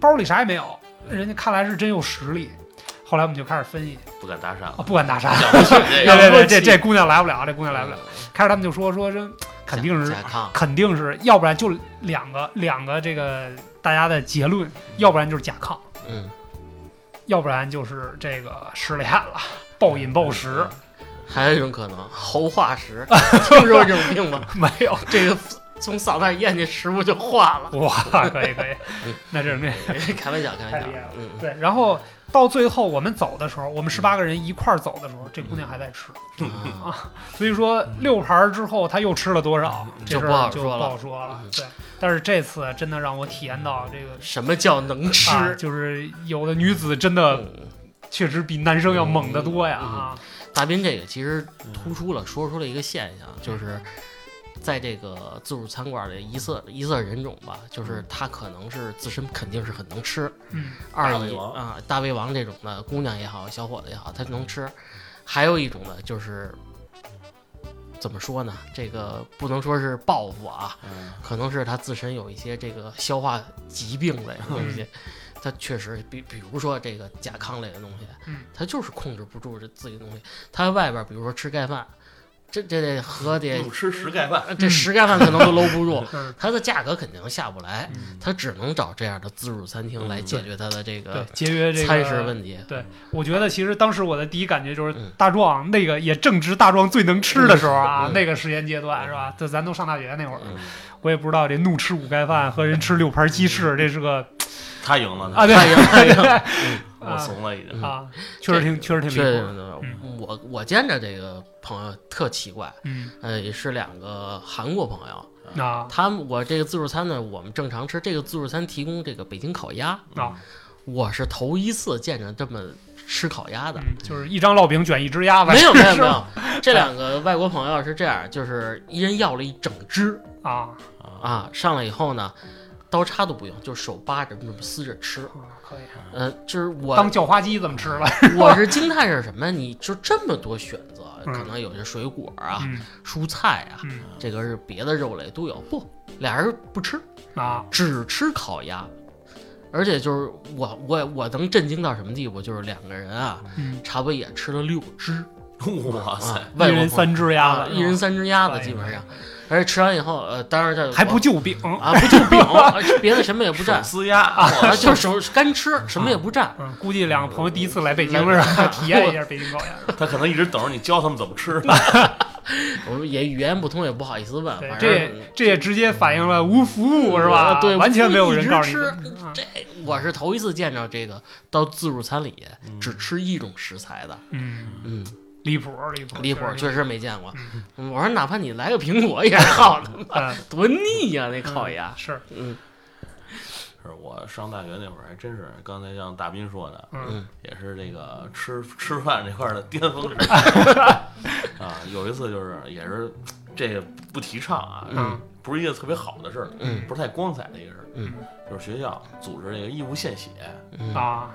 包里啥也没有，人家看来是真有实力。后来我们就开始分析，
不敢搭讪
啊，
了，
不敢搭讪，
对
对对对，这这姑娘来不了，这姑娘来不了。开始他们就说说这肯定是
甲亢，
肯定是要不然就两个两个这个大家的结论，要不然就是甲亢，
嗯，
要不然就是这个失恋了，暴饮暴食，
嗯还有一种可能，喉 化石，听说过这种病吗？
没有，
这个从嗓子眼咽进食物就化 了。嗯哎
哇，可以可以，那这是那
开玩笑，开玩
太
笑
厉害了。
嗯，
对，然后到最后我们走的时候，我们十八个人一块儿走的时候，这姑娘还在吃。
啊
所以说六盘儿之后她又吃了多少，这
嗯就
事
不好
儿就
说
不
了
好说了
嗯。
对，但是这次真的让我体验到这个
什么叫能吃？
啊，呃就是有的女子真的
嗯
确实比男生要猛得多呀
嗯嗯
啊！
大斌这个其实
嗯
突出了说出了一个现象，就是在这个自助餐馆的一色一色人种吧，
嗯
就是他可能是自身肯定是很能吃，
嗯，
二
大胃
一
王
啊大胃王这种的姑娘也好，小伙子也好，他能吃。还有一种呢，就是怎么说呢？这个不能说是报复啊，
嗯
可能是他自身有一些这个消化疾病类的东
嗯
西，他确实比比如说这个甲亢类的东西
嗯，，
他就是控制不住这自己的东西。他在外边比如说吃盖饭，这这得合得呃
不吃十盖饭，
这十盖饭可能都搂不住
嗯
它的价格肯定下不来，
嗯
他只能找这样的自助餐厅来
嗯
解决他的
对
这个，
节约这个
餐食问题。
我觉得其实当时我的第一感觉就是
嗯
大壮那个也正值大壮最能吃的时候啊，
嗯
那个时间阶段是吧？这咱都上大学那会儿，
嗯
我也不知道这怒吃五盖饭和人吃六盘鸡
嗯
翅，这是个
他赢了，
啊对
太阳太 阳
我怂了已经。
啊，确实挺确实挺
确
离
实
谱的，，
我我见着这个朋友特奇怪，
嗯
呃，也是两个韩国朋友，
啊
他们我这个自助餐呢，我们正常吃，这个自助餐提供这个北京烤鸭，
嗯
啊
我是头一次见着这么吃烤鸭的。
嗯，就是一张烙饼卷一只鸭吧，
没有没有
是
没
吧
有，这两个外国朋友是这样，就是一人要了一整只
啊，
啊，
啊，上来以后呢，刀叉都不用，就手扒着这么撕着吃。
嗯可以啊
呃，就是我
当叫花鸡这么吃了，
我是惊叹是什么？你就这么多选择，
嗯
可能有些水果啊、
嗯
蔬菜啊，
嗯
这个是别的肉类都有。不，俩人不吃，
啊
只吃烤鸭，而且就是我我我能震惊到什么地步？就是两个人啊，
嗯，
差不多也吃了六只，
哇塞，
啊
一人三只鸭
鸭
子，
啊一人三只鸭子
哎呀
基本上，而且吃完以后，呃，当然这
嗯还不就饼，
啊不就 饼，别的什么也不
手
蘸，
撕鸭
啊
啊
就手干吃，什么也不蘸。
嗯，估计两个朋友第一次来北京
来
是吧？体验一下北京烤鸭。
他可能一直等着你教他们怎么吃。
我们也语言不通，也不好意思问，
对
反，
这也
正。
这也直接反映了无服务是吧？
嗯对，
完全没有人告诉你
一
怎
直
么
吃
吃。啊
这我是头一次见着这个到自助餐里
嗯
只吃一种食材的，
嗯，
嗯，
离谱，离谱，
离谱，确实没见过
嗯。
我说哪怕你来个苹果也好的，
嗯，
多腻呀、那烤鸭。
是，
嗯
是我上大学那会儿还真是，刚才像大斌说的，
嗯
嗯
也是这个吃 吃饭这块儿的巅峰 时期啊。有一次就是也是这个不提倡啊，
嗯
不是一个特别好的事儿，
嗯
不是太光彩的一个事儿。
嗯，
就是学校组织这个义务献血，
嗯
啊，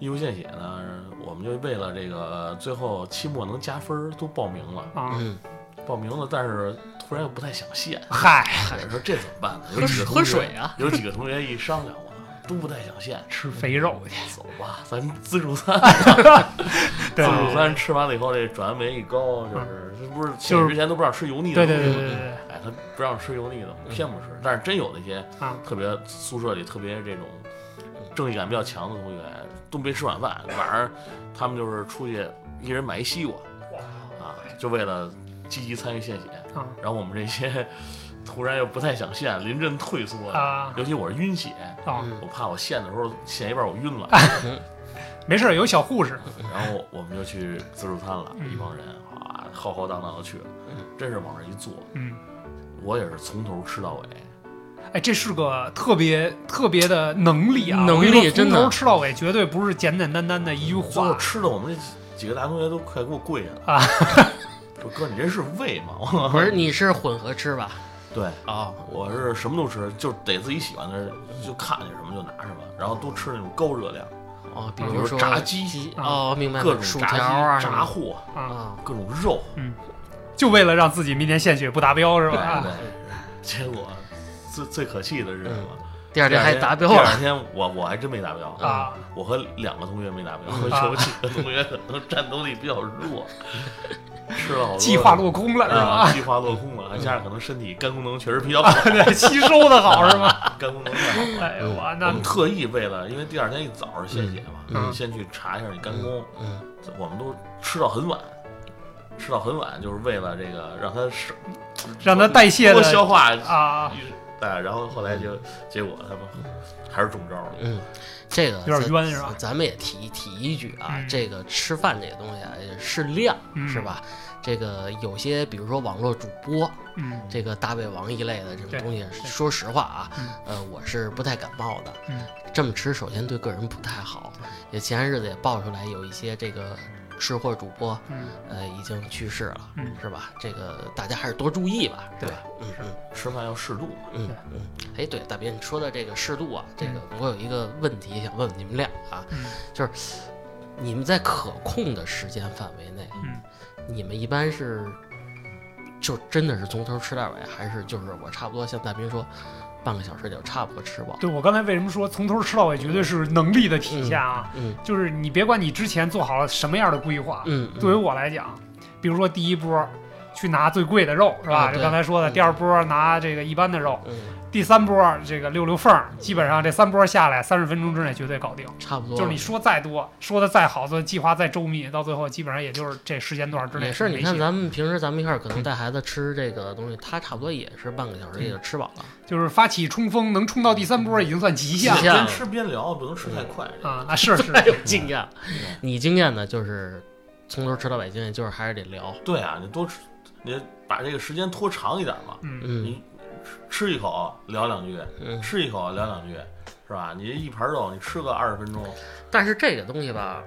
义务献血呢，我们就为了这个最后期末能加分儿都报名了，
啊，
嗯，
报名了，但是突然又不太想 献，
嗨，
我说这怎么办呢？有
喝
几个
水喝
同学
水，啊，
有几个同学一商量，我都不太想献，
吃肥肉
嗯
去，
走吧，咱自助餐。
对嗯
自助餐吃完了以后，这转氨酶一高，就是这不是
就
去
是
之前都不让吃油腻的
对
东
对
西
对
吗？
对对对
哎，他不让吃油腻的，偏不吃。但是真有那些
啊
特别宿舍里特别这种正义感比较强的同学，都没吃晚饭，晚上他们就是出去一人买一西瓜
嗯
啊，就为了积极参与献血。
啊
然后我们这些突然又不太想献，临阵退缩，
啊
尤其我是晕血，
啊，
嗯
我怕我献的时候献一半我晕了。
没事儿，有小护士，
然后我们就去自助餐了，
嗯
一帮人啊，浩浩荡荡的去了，真是往那儿一坐，
嗯，
我也是从头吃到尾，
哎，这是个特别特别的能力啊，
能力
我跟你说
真的
从头吃到尾，绝对不是简简单单的一句
最后
话，
吃的我们这几个大同学都快给我跪下了
啊！
说哥，你这是胃吗？
不是你是混合吃吧？
对，
哦，
我是什么都吃，就是得自己喜欢的，就看见什么就拿什么，然后都吃那种高热量，
哦，比
比
如
如说
炸鸡
哦，明白
各
了，
种
薯
炸
条啊
鸡、
什
炸
么
货、
啊，
的啊，
各种肉，
就为了让自己明年献血不达标是
对
吧？啊
对。结果最最可气的是什么？
第二
第
天
二
嗯还
天
达标
第
了
二，天我我还真没达标
啊，
嗯
我和两个同学没达标，
啊
有几个同学可能战斗力比较弱，吃了好多
计划落空了是吧
啊，？计划落空 了，还加上可能身体肝功能确实比较好，
嗯
对， 吸收的好是 吧？
肝功能太好了。
哎呦我
我
那
们特意为了，因为第二天一早上献血嘛，
嗯
先去查一下你肝功，
嗯，
我们都吃到很晚。吃到很晚，就是为了这个让它少
让他代谢
多
的
消化
啊，
但然后后来就结果他们还是中招了。
嗯，这个
有点
咱
冤是吧？
咱们也提提一句啊，
嗯
这个吃饭这个东西啊，也适量、
嗯
是吧？这个有些比如说网络主播，
嗯
这个大胃王一类的这
对
种东西，
对
说实话啊
嗯，
呃，我是不太感冒的。
嗯
这么吃首先对个人不太好，也前些日子也爆出来有一些这个吃货主播，
嗯
呃，已经去世了，
嗯
是吧？这个大家还是多注意吧，
对
是吧？嗯嗯
吃饭要适度嘛，
嗯嗯。哎，对，大斌，你说的这个适度啊，这个我有一个问题想问问你们俩啊，
嗯
你们在可控的时间范围内，啊
嗯，
你们一般是就真的是从头吃到尾，还是就是我差不多像大斌说，半个小时就差不多吃饱？
对我刚才为什么说从头吃到尾绝对是能力的体现啊？
嗯
就是你别管你之前做好了什么样的规划，
嗯，
对于我来讲，比如说第一波去拿最贵的肉是吧？
啊
就
对
刚才说的，
嗯
第二波拿这个一般的肉，
嗯，
第三波这个溜溜缝儿，基本上这三波下来，三十分钟之内绝对搞定。
差不多。
就是你说再多，说的再好，做计划再周密，到最后基本上也就是这时间段之内
也是，你
没
看
戏嗯
咱们平时咱们一块儿可能带孩子吃这个东西，他差不多也是半个小时也就 吃饱了。
就是发起冲锋，能冲到第三波已经算极限
嗯极
了
限哎
边吃边聊，不能吃太快。
啊！啊，是 是，
太有经验了，嗯你经验呢就是从头吃到尾，经验就是还是得聊。
对啊，你多吃，你把这个时间拖长一点嘛。
嗯，
嗯
你吃一口聊两句，
嗯，
吃一口聊两句，是吧？你一盘肉，你吃个二十分钟，
但是这个东西吧，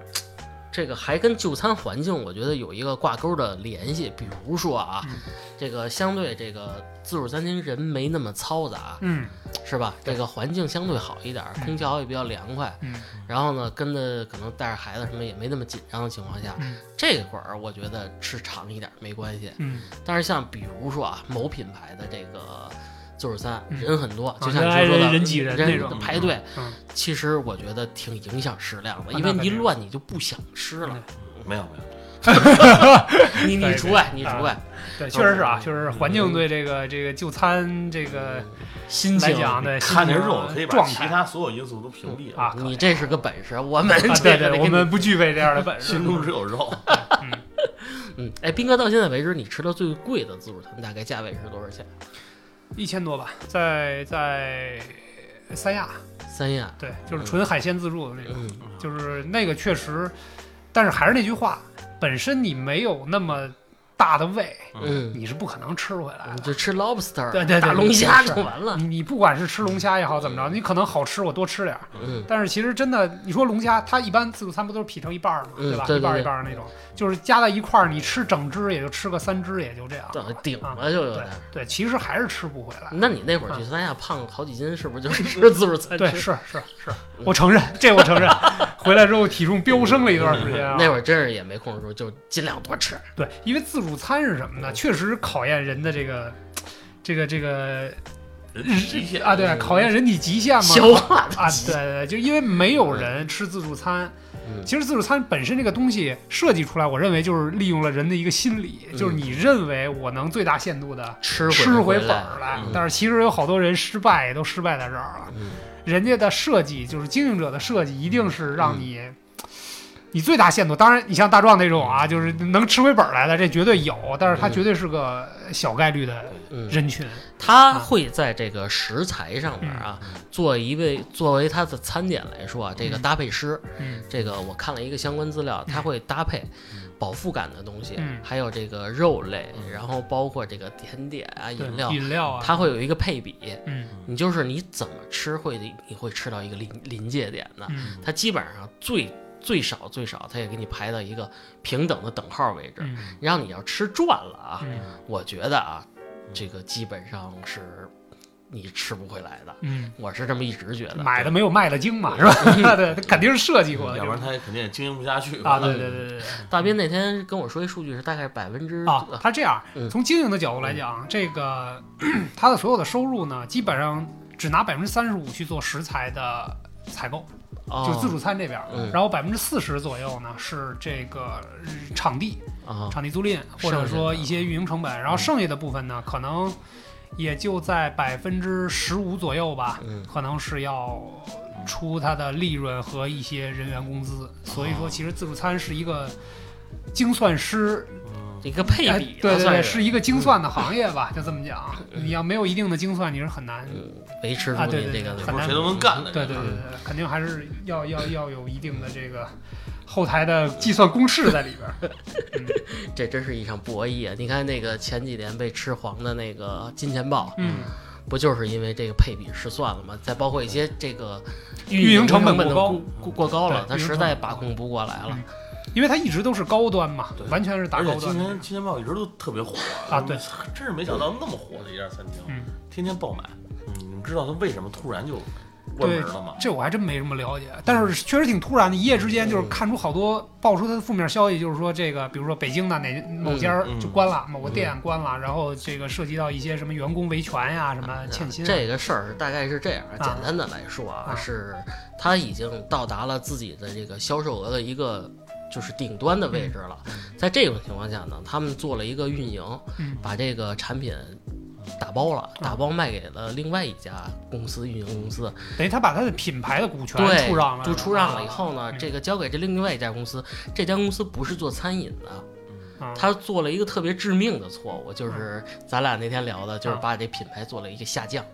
这个还跟就餐环境我觉得有一个挂钩的联系。比如说啊，
嗯
这个相对这个自助餐厅人没那么嘈杂，
嗯
是吧？这个环境相对好一点，
嗯
空调也比较凉快。
嗯
然后呢，跟着可能带着孩子什么也没那么紧张的情况下，
嗯
这会儿我觉得吃长一点没关系。
嗯，
但是像比如说啊，某品牌的这个自助餐
嗯
人很多，就
原
像
来
你说
人
的
人挤人那种
排队
嗯，
其实我觉得挺影响食量的，
啊
因
那
为你
肯
一
定
乱你就不想吃了。
没有没有，
你你
对
除外，你
啊
除外，
对，确实是
嗯
啊，确实是环境对这个这个就餐这个
心
来
情
讲，对
看
这
见肉可以把
啊状
其
态
他所有因素都屏蔽了。
啊，
你这是个本事，我 们
啊
这
对
个
对，
得
我
跟
们
你
不具备这样的 本事
心。中只有 肉，
嗯，哎，斌哥，到现在为止，你吃的最贵的自助餐大概价位是多少钱？
一千多吧，在在三亚，
三亚，
对，就是纯海鲜自助的那种，
嗯
就是那个确实，但是还是那句话，本身你没有那么大的胃，
嗯，
你是不可能吃回来
你
的。
就吃 lobster，
对对对
大龙虾
是嗯
就完了。
你你不管是吃龙虾也好怎么着，你可能好吃我多吃点儿，
嗯
但是其实真的，你说龙虾，它一般自助餐不都是劈成一半儿嘛，
嗯
吧？
对对
一半儿
对
一半儿那种，就是加在一块儿，你吃整只也就吃个三只，也就这样了。
等顶
啊
了就有嗯
对嗯
点。
对，其实还是吃不回来。
那你那会儿去三亚胖了好几斤，是 不是就是吃自助餐？
对，是是是，
嗯
我承认，这我承认。 回来之后体重飙升了一段时间啊。
嗯那会儿真是也没控制住，就尽量多吃。
对，因为自助餐是什么
嗯
呢？确实考验人的这个。这个这个
人极限
啊，对，考验人体极限嘛，
嗯消化的
啊，对对，对就因为没有人吃自助餐，
嗯
其实自助餐本身这个东西设计出来，我认为就是利用了人的一个心理，
嗯
就是你认为我能最大限度的
吃
吃
回
回
来
本儿来
嗯，
但是其实有好多人失败也都失败在这儿了。
嗯
人家的设计就是经营者的设计，一定是让
嗯
你。你最大限度，当然，你像大壮那种啊，就是能吃回本儿来的，这绝对有，但是他
嗯
绝对是个小概率的
嗯，
人群。啊
他会在这个食材上面啊，做一位作为他的餐点来说啊，这个
嗯
搭配师，
嗯
这个我看了一个相关资料，他会搭配饱腹感的东西
嗯，
还有这个肉类，然后包括这个甜点啊、
对
饮料，
饮料啊，
它会有一个配比。
嗯
你就是你怎么吃会你会吃到一个临临界点的，
嗯
它基本上最最少最少，它也给你排到一个平等的等号位置。
嗯
让你要吃转了啊，
嗯
我觉得啊，这个基本上是你吃不回来的。
嗯，
我是这么一直觉得，
买的没有卖的精嘛，是 吧？对，肯定是设计
嗯
过的，
要不然他也肯定也经营不下去
啊，对对对对对
大斌那天跟我说一数据是大概百分之
啊，他这样
嗯
从经营的角度来讲，这个 他的所有的收入呢，基本上只拿百分之三十五去做食材的采购，
呃
就是自助餐这边儿，
哦嗯
然后百分之四十左右呢是这个呃场地、
啊，
场地租赁，或
剩下
者
的
说一些运营成本，
嗯
然后剩下的部分呢，可能也就在百分之十五左右吧，
嗯
可能是要出它的利润和一些人员工资。所以说，
哦
其实自助餐是一个精算师
一个配
哎
比了，
对对对，
算
是一个精算的行业吧，就这么讲。你要没有一定的精算，你是很难。
维持住
啊对
你
对
这
对
个
很
不是
难
谁都能干的。
对对对对，肯定还是要要要有一定的这个后台的计算公式在里边儿。
这真是一场博弈啊！你看那个前几年被吃黄的那个金钱豹，
嗯，
不就是因为这个配比失算了吗？再包括一些这个
运营
营
成
成
本
本
过
的
高
过过过高了
对，
他
运营
实
成
在
本
把控不过来了。
因为它一直都是高端嘛
对，
完全是打
而且
高
今
端的
年。青年报一直都特别火
啊对，
真是没想到那么火的一家餐厅，
嗯，
天天爆满。嗯，你们知道他为什么突然就关
对
门了吗，？
这我还真没什么了解，但是确实挺突然的，一夜之间就是看出好多爆出它的负面消息，就是说这个，比如说北京的哪某家儿
嗯嗯
就关了，某个店关了，然后这个涉及到一些什么员工维权呀、什么欠薪啊，
这个事儿大概是这样，简单的来说
啊
啊，是他已经到达了自己的这个销售额的一个就是顶端的位置了。在这种情况下呢，他们做了一个运营
嗯，啊
把这个产品打包了，打包卖给了另外一家公司运营公司。
等于他把他的品牌的股权
对，
出让了，
就出让了以后呢
嗯，
这个交给这另外一家公司，这家公司不是做餐饮的。
啊，
他做了一个特别致命的错误，就是咱俩那天聊的，就是把这品牌做了一个下降，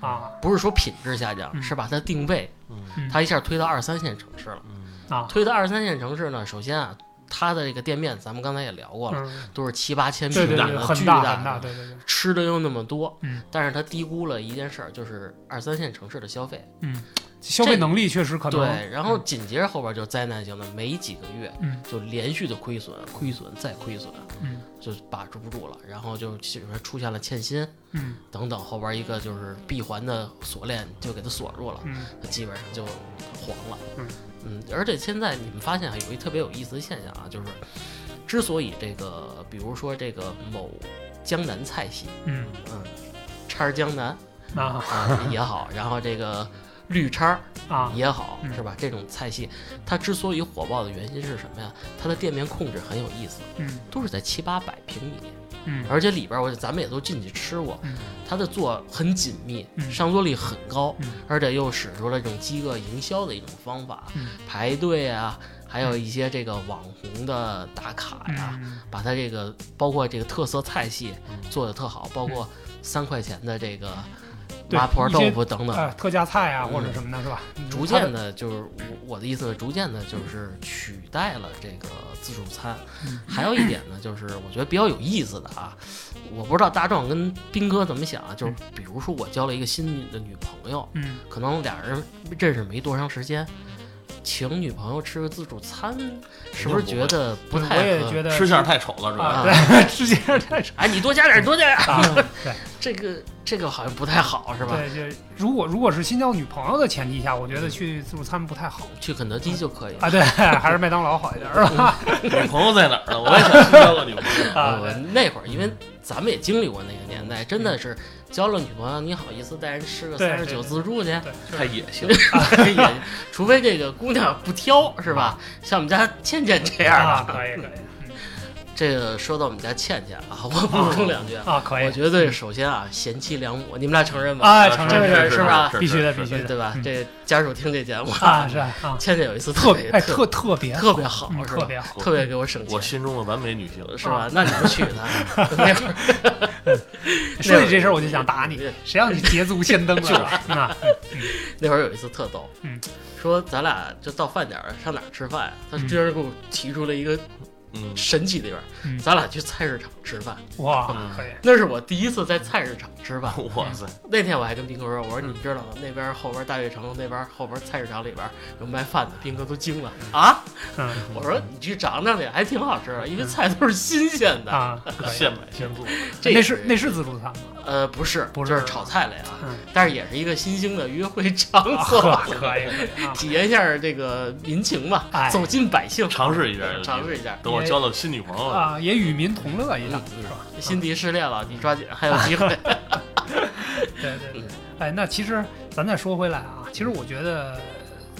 啊
不是说品质下
嗯
降，是把它定位
嗯，
它一下推到二三线城市了。
嗯
啊，
推到二三线城市呢，首先啊，它的这个店面，咱们刚才也聊过了，
嗯，
都是七八千
对
平
对
米
对，
的
很
巨
大很
的
大，对对对，
吃的又那么多
嗯，
但是他低估了一件事儿，就是二三线城市的消费。
嗯，消费能力确实可能
对，然后紧接着后边就灾难性的，没几个月，
嗯
就连续的亏损、亏损再亏损，
嗯，
就把持不住了，然后就其实出现了欠薪
嗯
等等，后边一个就是闭环的锁链就给它锁住了，
嗯
它基本上就黄了。
嗯
嗯，而且现在你们发现啊，有一特别有意思的现象啊，就是之所以这个，比如说这个某江南菜系，
嗯，
嗯，叉儿江南
啊
啊也好，然后这个绿叉儿。
啊，
也好
嗯，
是吧？这种菜系，它之所以火爆的原因是什么呀？它的店面控制很有意思，
嗯
都是在七八百平米，
嗯
而且里边儿我咱们也都进去吃过
嗯，
它的做很紧密，
嗯
上座率很高
嗯，
而且又使出了这种饥饿营销的一种方法
嗯，
排队啊，还有一些这个网红的打卡呀，
嗯
把它这个包括这个特色菜系
嗯
做的特好，包括三块钱的这个
对
麻婆
一些
豆腐等等。
啊，特价菜啊
嗯
或者什么的，是吧？
逐渐的，就是我我的意思，逐渐的就是取代了这个自助餐
嗯。
还有一点呢，就是我觉得比较有意思的啊，我不知道大壮跟斌哥怎么想啊，就是比如说我交了一个新的女朋友，
嗯，
可能俩人认识没多长时间，请女朋友吃个自助餐，是不是觉得不太
我也
合
觉得
吃相太丑了，主
啊，
要。
对， 直接太扯
哎，你多加点儿，多加点儿，
啊，对
这个这个好像不太好， 是吧？
对，就如果如果是新交女朋友的前提下，我觉得去自助餐不太好
去肯德基就可以了。
啊，对， 还是麦当劳好一点，是吧？
女朋友在哪儿 呢？我也想交个女朋友。
啊， 嗯
我那会儿，因为咱们也经历过那个年代，真的是交了女朋友，你好意思带人吃个
对啊
三十九自 助去？
对，
太野性，
也除非这个姑娘不挑，是吧？像我们家倩倩这样
啊，
的。
可以可以
这个说到我们家倩倩啊，我补充两句啊，
啊，可
我
以
觉得首先啊，贤妻良母，你们俩承认吗？
啊，
是
承
这
认
个
是
是吧
必须的必
是
须
是
的，
对吧
嗯？
这家属听这节目
啊，是啊，
倩倩有一次
特
别
哎特
特
特别
特别好
嗯，啊
是
特
吧？
别好，
特别给我省
我
钱，
心中的完美女性。
是吧？那你就娶 她，那会儿
说起这事儿我就想打你，谁让你捷足先登了是 吧？啊，
那会儿有一次特逗，
嗯，
说咱俩就到饭点儿上哪儿吃饭呀、他居然给我提出了一个
嗯，
神奇的地方，
嗯
咱俩去菜市场吃饭，
哇，
嗯
可以，
那是我第一次在菜市场 吃饭。
哇塞，
那天我还跟斌哥说，我说你知道吗？那边后边大悦城那边后边菜市场里边有卖饭的，斌哥都惊了啊！
嗯
我说你去尝尝去，还挺好吃啊的，因为菜都是新鲜的。
啊，可以
现买现做。
这
那是那是自助餐 吗？
呃不是
不是
就是炒菜类啊，
嗯
但是也是一个新兴的约会场
啊
所，
呵可以可以啊，
体验一下这个民情嘛，
哎
走进百姓，
尝试一下有机会
尝试一下。
等我交到新女朋友了，
啊，也与民同乐一下，
嗯
是吧？
辛迪失恋了，你抓紧，还有 机会。
对对对，
嗯
哎，那其实咱再说回来啊，其实我觉得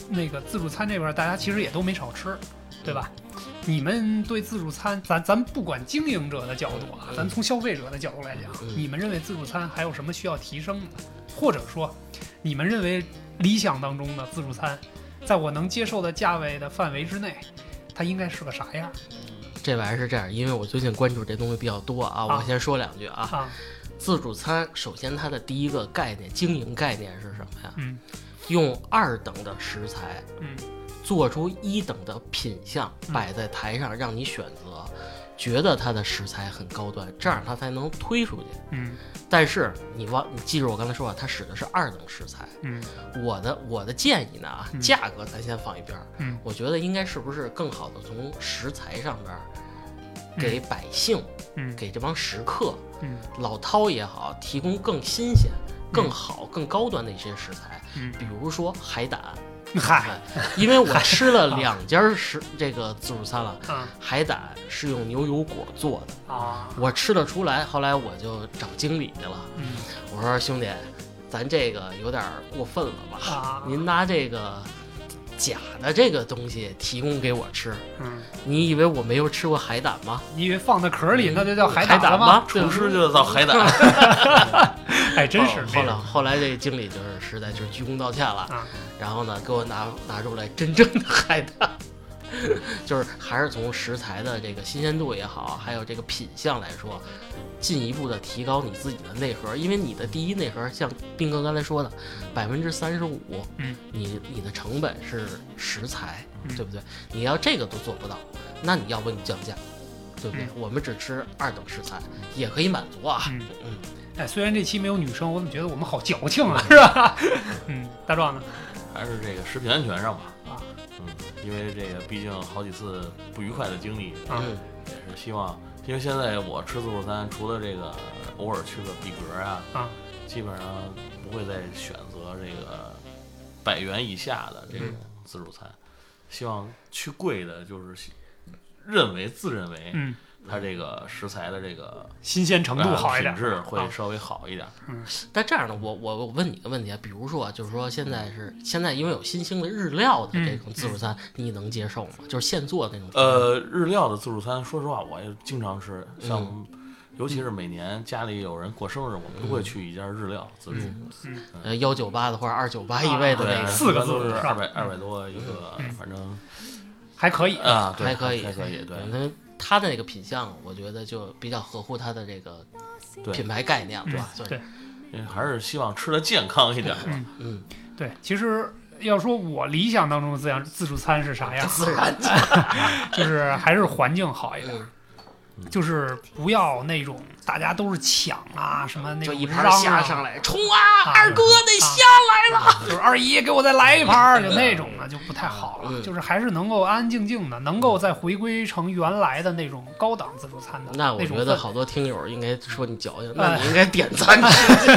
那个自助餐这边儿大家其实也都没少吃，对吧？
嗯
你们对自助餐，咱咱不管经营者的角度啊，
嗯
咱从消费者的角度来讲，
嗯
你们认为自助餐还有什么需要提升的，或者说，你们认为理想当中的自助餐，在我能接受的价位的范围之内，它应该是个啥样？
这玩意儿是这样，因为我最近关注这东西比较多啊，
啊
我先说两句啊。
啊，
自助餐首先它的第一个概念，经营概念是什么呀？
嗯
用二等的食材
嗯
做出一等的品相，摆在台上让你选择，觉得它的食材很高端，这样它才能推出去。
嗯
但是你忘，你记住我刚才说啊，它使的是二等食材。
嗯
我的我的建议呢啊，
嗯
价格咱先放一边儿，
嗯
我觉得应该是不是更好的从食材上边儿给百姓、
嗯
给这帮食客、
嗯
老饕也好，提供更新鲜、更好、更高端的一些食材，
嗯，
比如说海胆。哎
嗨
因为我 吃了两家食这个自助餐了，
啊
海胆是用牛油果做的，
啊，
我吃得出来。后来我就找经理去了，
嗯
我说兄弟，咱这个有点儿过分了吧？
啊，
您拿这个假的这个东西提供给我吃，
嗯，
你以为我没有吃过海胆吗？
你以为放在壳里那就叫海
嗯海
了
胆
吗？
吗？对
厨师就造海胆，
哎，真是
哦
那
后来
个
后来这个经理就是实在就是鞠躬道歉了，
啊
然后呢给我拿拿出来真正的海胆， 就是还是从食材的这个新鲜度也好，还有这个品相来说，进一步的提高你自己的内核，因为你的第一内核像斌哥刚才说的，百分之三十五，
嗯，
你你的成本是食材，
嗯
对不对？你要这个都做不到，那你要不你降价，对不对？
嗯
我们只吃二等食材也可以满足啊，
嗯
嗯
哎，虽然这期没有女生，我怎么觉得我们好矫情啊，是吧？嗯，大壮呢？
还是这个食品安全上吧。
啊，
嗯，因为这个毕竟好几次不愉快的经历，
啊
嗯
也是希望，因为现在我吃自助餐，除了这个偶尔去个比格啊，
啊，
基本上不会再选择这个百元以下的这种
嗯
自助餐。希望去贵的，就是认为自认为
嗯，
它这个食材的这个
新鲜程度
呃
好一点
品，质
啊
会稍微好一点。
但这样呢，我我我问你个问题啊，比如说啊，就是说现在是现在因为有新兴的日料的这种自助
嗯
餐，你能接受吗？就是现做那种。，
呃，日料的自助餐，说实话，我也经常吃，像、
嗯
尤其是每年家里有人过生日，我们都会去一家日料自助。
嗯
嗯
呃，幺九八的或者二九
啊
八一位的那
对，
个，
四个
一般都
字
是
是吧
二百二百多一个，反正
还可以。
啊，对
嗯还可以，嗯
还可以，对
那它的那个品相，我觉得就比较合乎它的这个
对
品，牌概念
嗯
吧？
对
对，，
因为还是希望吃的健康一点吧。
嗯
嗯，
对，其实要说我理想当中的自养自助餐是啥样，
自然
就是还是环境好一点
嗯。
就是不要那种大家都是抢啊，什么那
就
种
一
嚷
盘虾
啊，
上来，冲啊！
啊
二哥那虾来了，啊
就是二姨给我再来一盘儿，就那种的就不太好了。
嗯
就是还是能够安安静静的，能够再回归成原来的那种高档自助餐的
那我
啊那种
觉得
氛
好多听友应该说你矫情，
哎
那你应该点赞，
围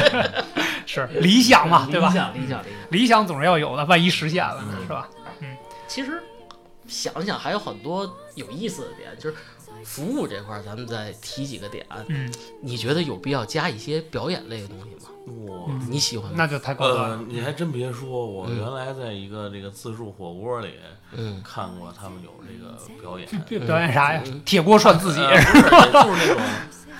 是理想 嘛，对吧
理？想理想理想。
理想总是要有的，万一实现了
嗯
是吧？
其实想想还有很多有意思的点，就是服务这块，儿，咱们再提几个点。
嗯，
你觉得有必要加一些表演类的东西吗？
我
嗯
你喜欢吗？
那就太高端
呃
了。，
你还真别说，我
嗯
原来在一个这个自助火锅里
嗯，
看过他们有这个表演，
这表演啥呀
嗯？
铁锅涮自己
呃不是就是那种，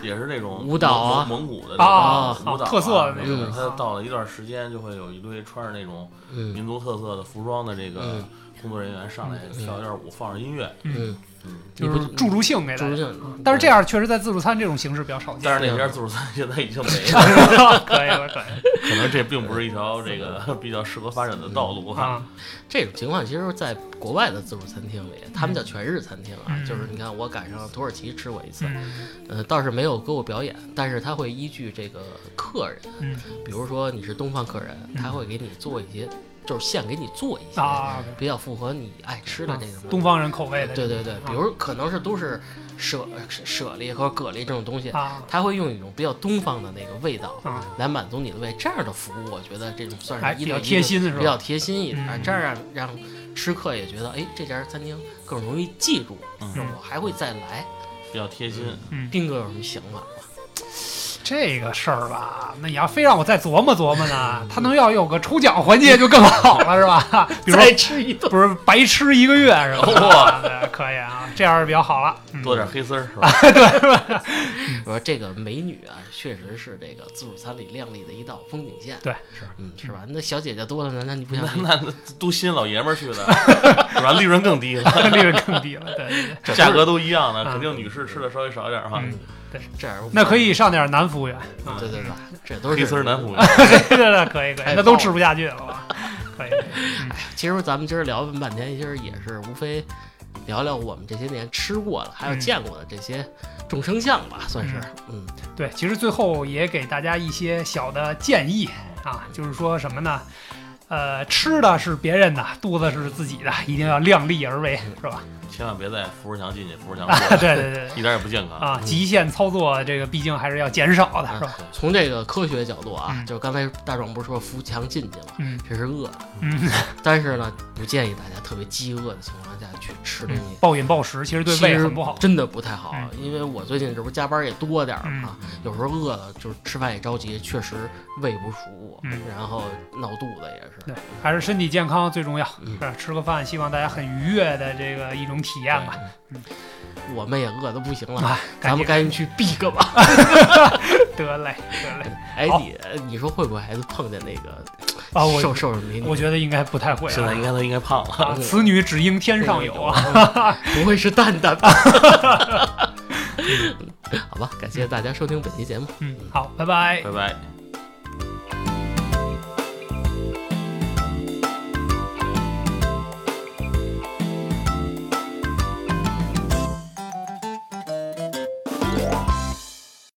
也是那种
舞蹈啊
蒙蒙古的
啊
那
啊
种舞蹈啊
特色的
那
那
种。
种
他到了一段时间，就会有一堆穿着那种
嗯
民族特色的服装的这个
嗯
工作人员上来跳一段舞，放着音乐，
嗯，
嗯。
你
就
不
是助助兴给大
助
家。
兴，嗯
但是这样确实在自助餐这种形式比较少见。
但是 那家自助餐现在已经没 了，
可以了，可以了
可能这并不是一条这个 比较适合发展的道路哈。
嗯 啊！
这种情况，其实在国外的自助餐厅里，他们叫全日餐厅啊
嗯，
就是你看我赶上土耳其吃过一次，
嗯
呃，倒是没有给我表演，但是他会依据这个客人，
嗯
比如说你是东方客人，他会给你做一些，就是现给你做一些
啊，
比较符合你爱吃的这种东西
东方人口味的
对对对，比
嗯
如可能是都是舍舍利和蛤蜊这种东西，
啊
它会用一种比较东方的那个味道
啊，
来满足你的胃，这样的服务，我觉得这种算
哎
是一
比较
对一的
贴心是吧
比较贴心一点儿，
嗯
这样让让吃客也觉得，哎，这家餐厅更容易记住，
嗯
我还会再来。
比较贴心，
嗯，
斌哥有什么想法吗？
这个事儿吧，那你要非让我再琢磨琢磨
嗯
呢，他能要有个抽奖环节就更好了，是 吧？比如说
再吃一顿。
不是白吃一个月是 吧？对 可以啊，这样是比较好了。嗯
多点黑丝儿是吧？
我说这个美女啊，确实是这个自助餐里亮丽的一道风景线。
对，
是，
嗯，是吧？那小姐姐多了呢，那你不
嗯
想
那那都新老爷们儿去的，是吧？利润更低了，
利润更低了，对对对，
这
价格都一样的，
啊
肯定女士吃的稍微少一点哈。
嗯
这样
那可以啊上点男服务员，
对对对，这都是
黑丝儿
嗯
男服务员，
对对对，可以可以，那都吃不下去了吧？可以，
其实咱们今儿聊了半天，其实也是无非聊聊我们这些年吃过的，还有
嗯
见过的这些众生相吧，算是。嗯，
对，其实最后也给大家一些小的建议啊，就是说什么呢？呃，吃的是别人的，肚子是自己的，一定要量力而为，是吧？
千万别在扶士墙进去，扶士墙
啊，
出
对
来，
对对对。
一点儿也不健康。
啊，极限操作这个毕竟还是要减少的，是吧？
从这个科学角度啊，
嗯
就是刚才大壮不是说扶墙进去了，
嗯
这是饿的，
嗯，
但是呢，不建议大家特别饥饿的情况下去吃东西。
暴饮暴食其实嗯对
嗯其
胃
实
很不好。嗯
真的不太好，因为我最近这不加班也多点儿嘛，有时候饿了就是吃饭也着急，确实胃不舒服，
嗯
然后闹肚子也是。
对，还是身体健康最重要，
嗯
是吧？吃个饭，希望大家很愉悦的这个一种体验吧。
我们也饿得不行了，
啊，
咱
赶
们
紧
赶紧去避个吧。
得嘞，得嘞。
哎，
好
你你说会不会还是碰见那个
啊，我
瘦瘦的美女？
我觉得应该不太会
现在
啊。
应该他应该胖了，
啊，此女只应天上有啊！
啊，不会是蛋蛋吧？ 嗯好吧，感谢大家收听本期节目。
嗯，好，拜拜
拜。拜。